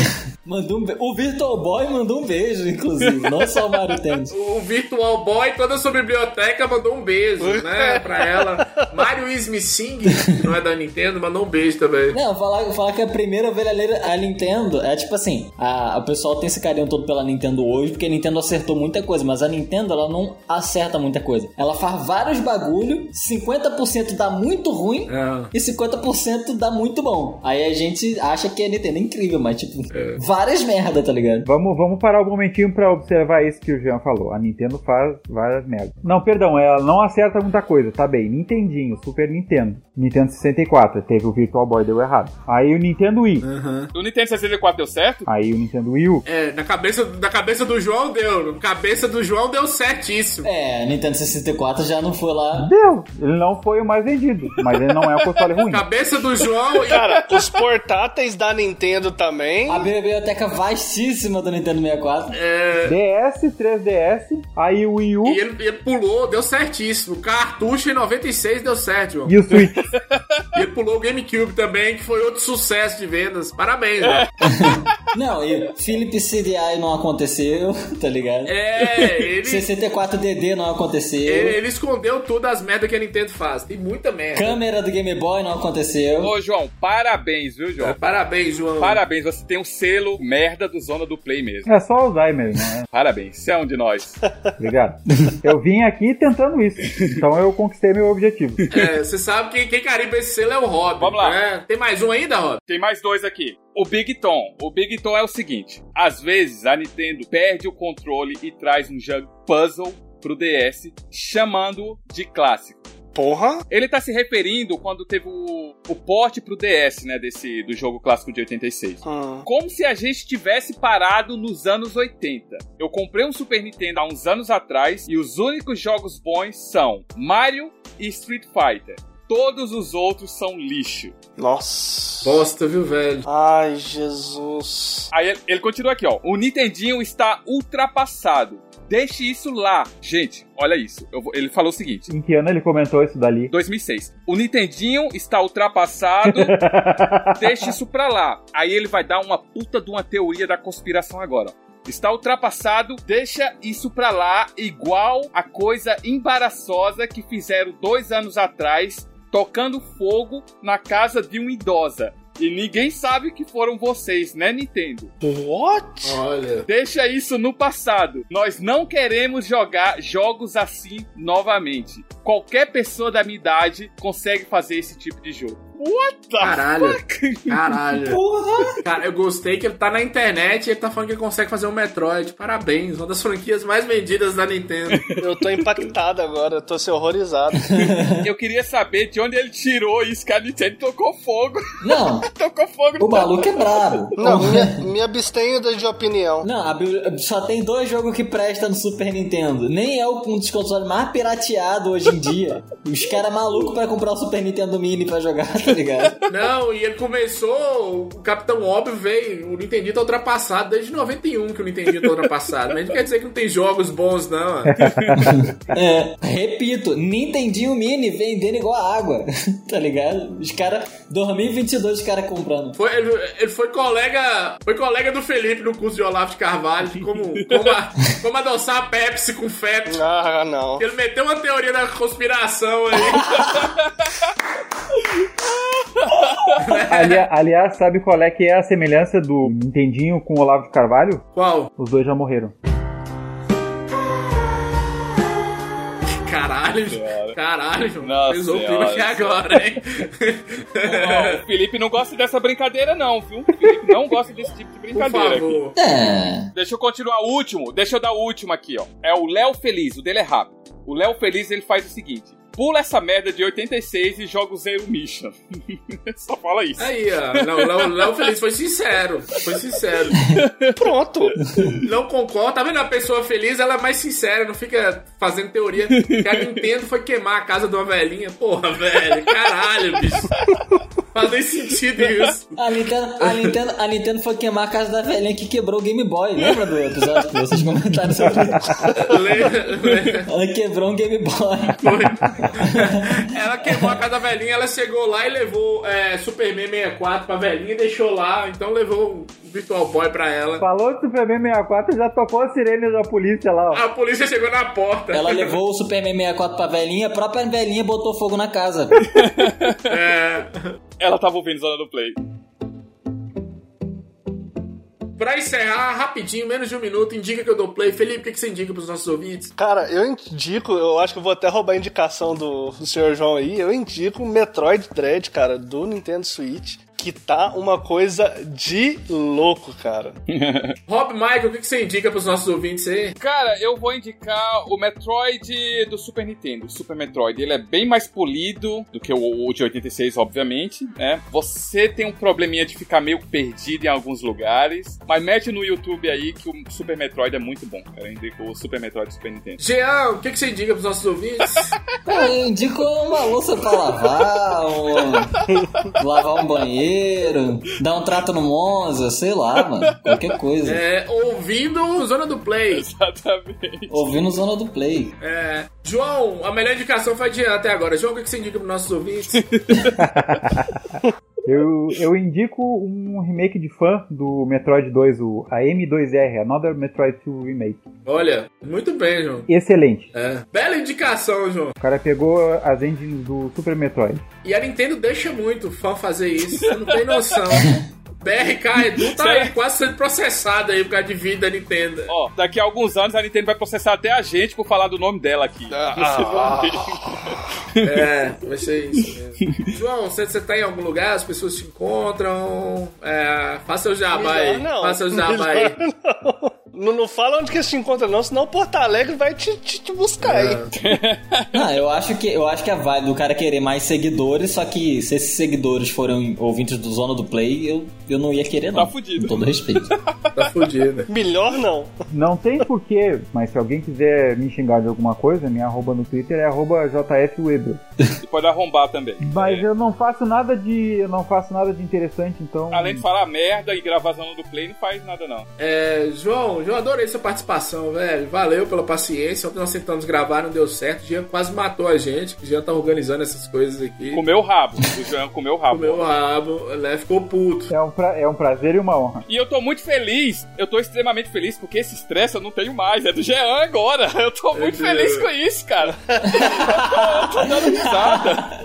[SPEAKER 6] Mandou um be... O Virtual Boy mandou um beijo, inclusive. Não só o Mario Tennis.
[SPEAKER 1] O Virtual Boy, toda a sua biblioteca, mandou um beijo, né? Pra ela. Mario Ismi Singh, que não é da Nintendo, mandou um beijo também.
[SPEAKER 6] Não, falar, falar que é a primeira ovelha negra- a Nintendo é tipo assim, a, o pessoal tem esse carinho todo pela Nintendo hoje, porque a Nintendo acertou muita coisa, mas a Nintendo ela não acerta muita coisa. Ela faz vários bagulho, 50% dá muito ruim
[SPEAKER 1] É.
[SPEAKER 6] e 50% dá muito bom. Aí a gente acha que a Nintendo é incrível, mas tipo, várias merda, tá ligado?
[SPEAKER 2] Vamos, vamos parar um momentinho pra observar isso que o Jean falou. A Nintendo faz várias merdas. Não, perdão, ela não acerta muita coisa, tá bem. Nintendinho, Super Nintendo. Nintendo 64, teve o Virtual Boy, deu errado. Aí o Nintendo Wii.
[SPEAKER 3] O Nintendo 64 deu certo?
[SPEAKER 2] Aí o Nintendo Wii U.
[SPEAKER 1] É, na cabeça, na cabeça do João deu. Na cabeça do João deu certíssimo.
[SPEAKER 6] É, a Nintendo 64 já não foi lá.
[SPEAKER 2] Deu! Ele não foi o mais vendido, mas ele não é um console ruim.
[SPEAKER 1] Cabeça do João e
[SPEAKER 5] Cara, os portáteis da Nintendo também.
[SPEAKER 6] A biblioteca vastíssima do Nintendo 64.
[SPEAKER 2] DS, 3DS, aí o Wii U
[SPEAKER 1] E ele, ele pulou, deu certíssimo. Cartucho em 96 deu certo, João.
[SPEAKER 2] e o Switch.
[SPEAKER 1] E ele pulou o GameCube também, que foi outro sucesso de vendas. Parabéns,
[SPEAKER 3] É.
[SPEAKER 1] João.
[SPEAKER 6] Não, e Philip CDI não aconteceu, tá ligado?
[SPEAKER 1] É, ele,
[SPEAKER 6] 64DD não aconteceu.
[SPEAKER 1] ele, ele escondeu tudo as merdas que a Nintendo faz. Tem muita merda.
[SPEAKER 6] Câmera do Game Boy não aconteceu.
[SPEAKER 3] Ô, João, parabéns, viu, João?
[SPEAKER 1] É, Parabéns, João.
[SPEAKER 3] Parabéns, você tem um selo merda do Zona do Play mesmo.
[SPEAKER 2] É só Alzheimer, né?
[SPEAKER 3] Parabéns, você é um de nós.
[SPEAKER 2] Obrigado. Eu vim aqui tentando isso, então eu conquistei meu objetivo.
[SPEAKER 1] É, você sabe que quem carimba esse selo é o Rob.
[SPEAKER 3] Vamos lá.
[SPEAKER 1] né? Tem mais um ainda, Rob?
[SPEAKER 3] Tem mais dois aqui. O Big Tom. O Big Tom é o seguinte: às vezes a Nintendo perde o controle e traz um jogo puzzle pro DS, chamando-o de clássico.
[SPEAKER 5] Porra.
[SPEAKER 3] Ele tá se referindo quando teve o, o porte pro DS, né, desse do jogo clássico de 86.
[SPEAKER 5] Hum.
[SPEAKER 3] Como se a gente tivesse parado nos anos 80. Eu comprei um Super Nintendo há uns anos atrás e os únicos jogos bons são Mario e Street Fighter. Todos os outros são lixo.
[SPEAKER 5] Nossa.
[SPEAKER 1] Bosta, viu, velho?
[SPEAKER 5] Ai, Jesus.
[SPEAKER 3] Aí ele- ele continua aqui, ó. O Nintendinho está ultrapassado. Deixe isso lá. Gente, olha isso. Eu vou- ele falou o seguinte.
[SPEAKER 2] Em que ano ele comentou isso dali?
[SPEAKER 3] 2006. O Nintendinho está ultrapassado. Deixe isso pra lá. Aí ele vai dar uma puta de uma teoria da conspiração agora. ó. Está ultrapassado, deixa isso pra lá, igual a coisa embaraçosa que fizeram dois anos atrás, tocando fogo na casa de uma idosa. E ninguém sabe que foram vocês, né, Nintendo?
[SPEAKER 5] What?
[SPEAKER 1] Olha.
[SPEAKER 3] Deixa isso no passado. Nós não queremos jogar jogos assim novamente. Qualquer pessoa da minha idade consegue fazer esse tipo de jogo. What the
[SPEAKER 1] Caralho. Caralho.
[SPEAKER 6] Porra!
[SPEAKER 1] Cara, eu gostei que ele tá na internet e ele tá falando que ele consegue fazer um Metroid. Parabéns, uma das franquias mais vendidas da Nintendo.
[SPEAKER 5] Eu tô impactado agora, eu tô assim, horrorizado.
[SPEAKER 3] Eu queria saber de onde ele tirou isso, que a Nintendo tocou fogo.
[SPEAKER 6] Não.
[SPEAKER 3] tocou fogo
[SPEAKER 6] O maluco é brabo.
[SPEAKER 5] Não, me, me abstenho da- de opinião.
[SPEAKER 6] Não, a bibli- só tem dois jogos que presta no Super Nintendo. Nem é o- um dos consoles mais pirateados hoje em dia. Os caras malucos pra comprar o Super Nintendo Mini pra jogar, tá ligado?
[SPEAKER 1] Não, e ele começou, o Capitão Óbvio veio, o Nintendinho tá ultrapassado, desde 91 que o Nintendinho tá ultrapassado. Mas não quer dizer que não tem jogos bons, não.
[SPEAKER 6] É, repito, Nintendinho Mini vendendo igual a água, tá ligado? Os caras, 2022 os caras comprando.
[SPEAKER 1] Foi, ele, ele foi colega foi colega do Felipe no curso de Olavo de Carvalho, de como, como, a- como adoçar a Pepsi com feto.
[SPEAKER 5] Ah, não.
[SPEAKER 1] Ele meteu uma teoria da conspiração aí.
[SPEAKER 2] Ali- aliás, sabe qual é que é a semelhança do Nintendinho com o Olavo de Carvalho?
[SPEAKER 1] Qual?
[SPEAKER 2] Os dois já morreram.
[SPEAKER 1] Caralho, caralho,
[SPEAKER 3] Nossa
[SPEAKER 1] fez o clima aqui
[SPEAKER 3] senhora.
[SPEAKER 1] agora, hein?
[SPEAKER 3] Não, É, o Felipe não gosta dessa brincadeira, não, viu? O Felipe não gosta desse tipo de
[SPEAKER 1] Por
[SPEAKER 3] brincadeira. aqui.
[SPEAKER 1] favor.
[SPEAKER 6] É.
[SPEAKER 3] Deixa eu continuar o último. Deixa eu dar o último aqui, ó. É o Léo Feliz. O dele é rápido. O Léo Feliz, ele faz o seguinte. Pula essa merda de 86 e joga o Zero Mission. Só fala isso.
[SPEAKER 1] Aí, ó. Não, o Léo- Léo Feliz foi sincero. Foi sincero.
[SPEAKER 5] Pronto.
[SPEAKER 1] Não concordo. Tá vendo? A pessoa feliz, ela é mais sincera, não fica fazendo teoria. Que a Nintendo foi queimar a casa de uma velhinha. Porra, velho. Caralho, bicho. Faz nem sentido isso.
[SPEAKER 6] A Nintendo, a, Nintendo, a Nintendo foi queimar a casa da velhinha que quebrou o Game Boy. Lembra do episódio que vocês comentaram sobre isso?
[SPEAKER 1] Le-
[SPEAKER 6] Ela quebrou um Game Boy.
[SPEAKER 1] le- Ela queimou a casa da velhinha, ela chegou lá e levou é, Superman 64 pra velhinha e deixou lá. Então levou o Virtual Boy pra ela.
[SPEAKER 2] Falou do Superman 64, já tocou a sirene da polícia lá, ó.
[SPEAKER 1] A polícia chegou na porta.
[SPEAKER 6] Ela levou o Superman 64 pra velhinha, a própria velhinha botou fogo na casa.
[SPEAKER 1] É,
[SPEAKER 3] Ela tava ouvindo Zona do Play.
[SPEAKER 1] pra encerrar, rapidinho, menos de um minuto, indica que eu dou play. Felipe, o que que você indica pros nossos ouvintes?
[SPEAKER 5] Cara, eu indico, eu acho que eu vou até roubar a indicação do, do senhor João aí. Eu indico o Metroid Dread, cara, do Nintendo Switch, que tá uma coisa de louco, cara.
[SPEAKER 1] Rob Michael, o que que você indica pros nossos ouvintes aí?
[SPEAKER 3] Cara, eu vou indicar o Metroid do Super Nintendo, o Super Metroid. Ele é bem mais polido do que o o de 86, obviamente, né? Você tem um probleminha de ficar meio perdido em alguns lugares, mas mete no YouTube aí que o Super Metroid é muito bom, cara. Eu indico o Super Metroid do Super Nintendo.
[SPEAKER 1] Jean, o que, que você indica pros nossos ouvintes?
[SPEAKER 6] Cara, eu indico uma louça pra lavar, um... lavar um banheiro, dar um trato no Monza, sei lá, mano. Qualquer coisa.
[SPEAKER 1] É, ouvindo o Zona do Play.
[SPEAKER 3] Exatamente.
[SPEAKER 6] Ouvindo Zona do Play.
[SPEAKER 1] É, João, a melhor indicação foi de Jean até agora. João, o que, que você indica pros nossos ouvintes?
[SPEAKER 2] Eu, eu indico um remake de fã do Metroid 2, o AM2R, Another Metroid 2 Remake.
[SPEAKER 1] Olha, muito bem, João.
[SPEAKER 2] Excelente.
[SPEAKER 1] É, bela indicação, João.
[SPEAKER 2] O cara pegou as engines do Super Metroid.
[SPEAKER 1] E a Nintendo deixa muito o fã fazer isso, você não tem noção. BRK Edu tá aí, quase sendo processado aí por causa de vida da Nintendo.
[SPEAKER 3] Ó, daqui a alguns anos a Nintendo vai processar até a gente por falar do nome dela aqui.
[SPEAKER 1] É, vai ser isso mesmo. João, você, você tá em algum lugar, as pessoas te encontram. É, faça o jabá aí.
[SPEAKER 5] Melhor não.
[SPEAKER 1] Faça o jabá aí.
[SPEAKER 5] Não, não fala onde que se encontra, não, senão o Porto Alegre vai te, te, te
[SPEAKER 1] É.
[SPEAKER 5] buscar aí.
[SPEAKER 6] Não, eu acho que eu acho que a vibe do cara querer mais seguidores, só que se esses seguidores foram ouvintes do Zona do Play, eu, eu não ia querer, não.
[SPEAKER 3] Tá fudido.
[SPEAKER 6] Com todo respeito.
[SPEAKER 1] Tá fudido.
[SPEAKER 5] Melhor não.
[SPEAKER 2] Não tem porquê, mas se alguém quiser me xingar de alguma coisa, minha arroba no Twitter é arroba JFWeber.
[SPEAKER 3] E pode arrombar também.
[SPEAKER 2] Mas
[SPEAKER 3] É.
[SPEAKER 2] eu não faço nada de. Eu não faço nada de interessante, então.
[SPEAKER 3] Além de falar merda e gravar Zona do Play, não faz nada não.
[SPEAKER 1] É, João, João, adorei sua participação, velho. Valeu pela paciência. Ontem nós tentamos gravar, não deu certo. O Jean quase matou a gente. O Jean tá organizando essas coisas aqui.
[SPEAKER 3] Comeu o rabo. O João comeu o rabo.
[SPEAKER 1] Comeu o rabo, né? Ficou puto.
[SPEAKER 2] É um, pra- é um prazer e uma honra.
[SPEAKER 3] E eu tô muito feliz, eu tô extremamente feliz, porque esse estresse eu não tenho mais, é do Jean agora. Eu tô muito
[SPEAKER 1] Deus.
[SPEAKER 3] feliz com isso, cara. eu tô dando risada.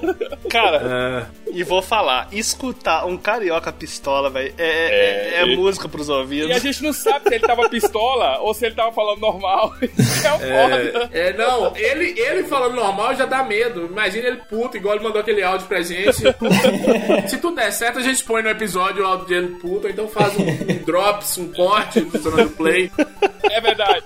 [SPEAKER 5] Cara, e vou falar, escutar um carioca pistola, velho, é, é, é
[SPEAKER 3] É.
[SPEAKER 5] música pros ouvidos.
[SPEAKER 3] E a gente não sabe se ele tava pistola ou se ele tava falando normal. Isso é o foda.
[SPEAKER 1] É, é, não, ele, ele falando normal já dá medo. Imagina ele puto, igual ele mandou aquele áudio pra gente. Se tudo, se tudo der certo, a gente põe no episódio o áudio dele puto, ou então faz um, um drops, um corte funcionando no play.
[SPEAKER 3] É verdade.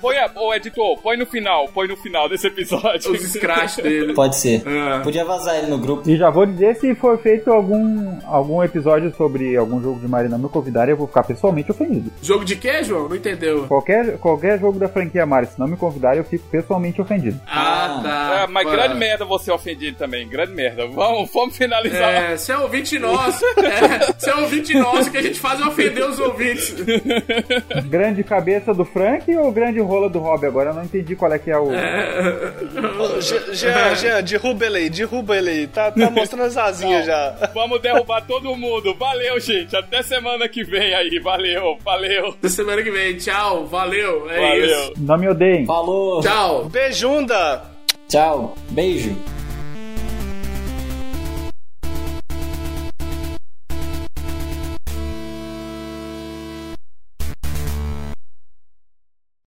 [SPEAKER 3] Põe a, ô, editor, põe no final, põe no final desse episódio.
[SPEAKER 1] Os scratch dele. É.
[SPEAKER 6] Pode ser. Podia vazar ele no grupo.
[SPEAKER 2] E já vou dizer se for feito algum, algum episódio sobre algum jogo de Mario e não me convidarem, eu vou ficar pessoalmente ofendido.
[SPEAKER 1] Jogo de quê, João? Não entendeu.
[SPEAKER 2] Qualquer, qualquer jogo da franquia Mario, se não me convidarem, eu fico pessoalmente ofendido.
[SPEAKER 1] Ah, tá.
[SPEAKER 3] Ah, mas
[SPEAKER 1] Pá.
[SPEAKER 3] grande merda você é ofendido também, grande merda. Vamos, vamos finalizar.
[SPEAKER 1] É, se é ouvinte nosso, é, se é ouvinte nosso, o que a gente faz é ofender os ouvintes.
[SPEAKER 2] grande cabeça do Frank ou grande rola do Rob? Agora eu não entendi qual é que é o.
[SPEAKER 5] Ô, Jean, Jean, Jean, derruba ele aí, derruba ele aí. Tá, tá mostrando as asinhas já.
[SPEAKER 3] Vamos derrubar todo mundo. Valeu, gente. Até semana que vem aí. Valeu, valeu.
[SPEAKER 1] Até semana que vem. Tchau, valeu. É
[SPEAKER 3] Valeu.
[SPEAKER 1] isso.
[SPEAKER 2] Não me odeiem.
[SPEAKER 6] Falou.
[SPEAKER 1] Tchau.
[SPEAKER 5] Beijunda!
[SPEAKER 6] Tchau. Beijo.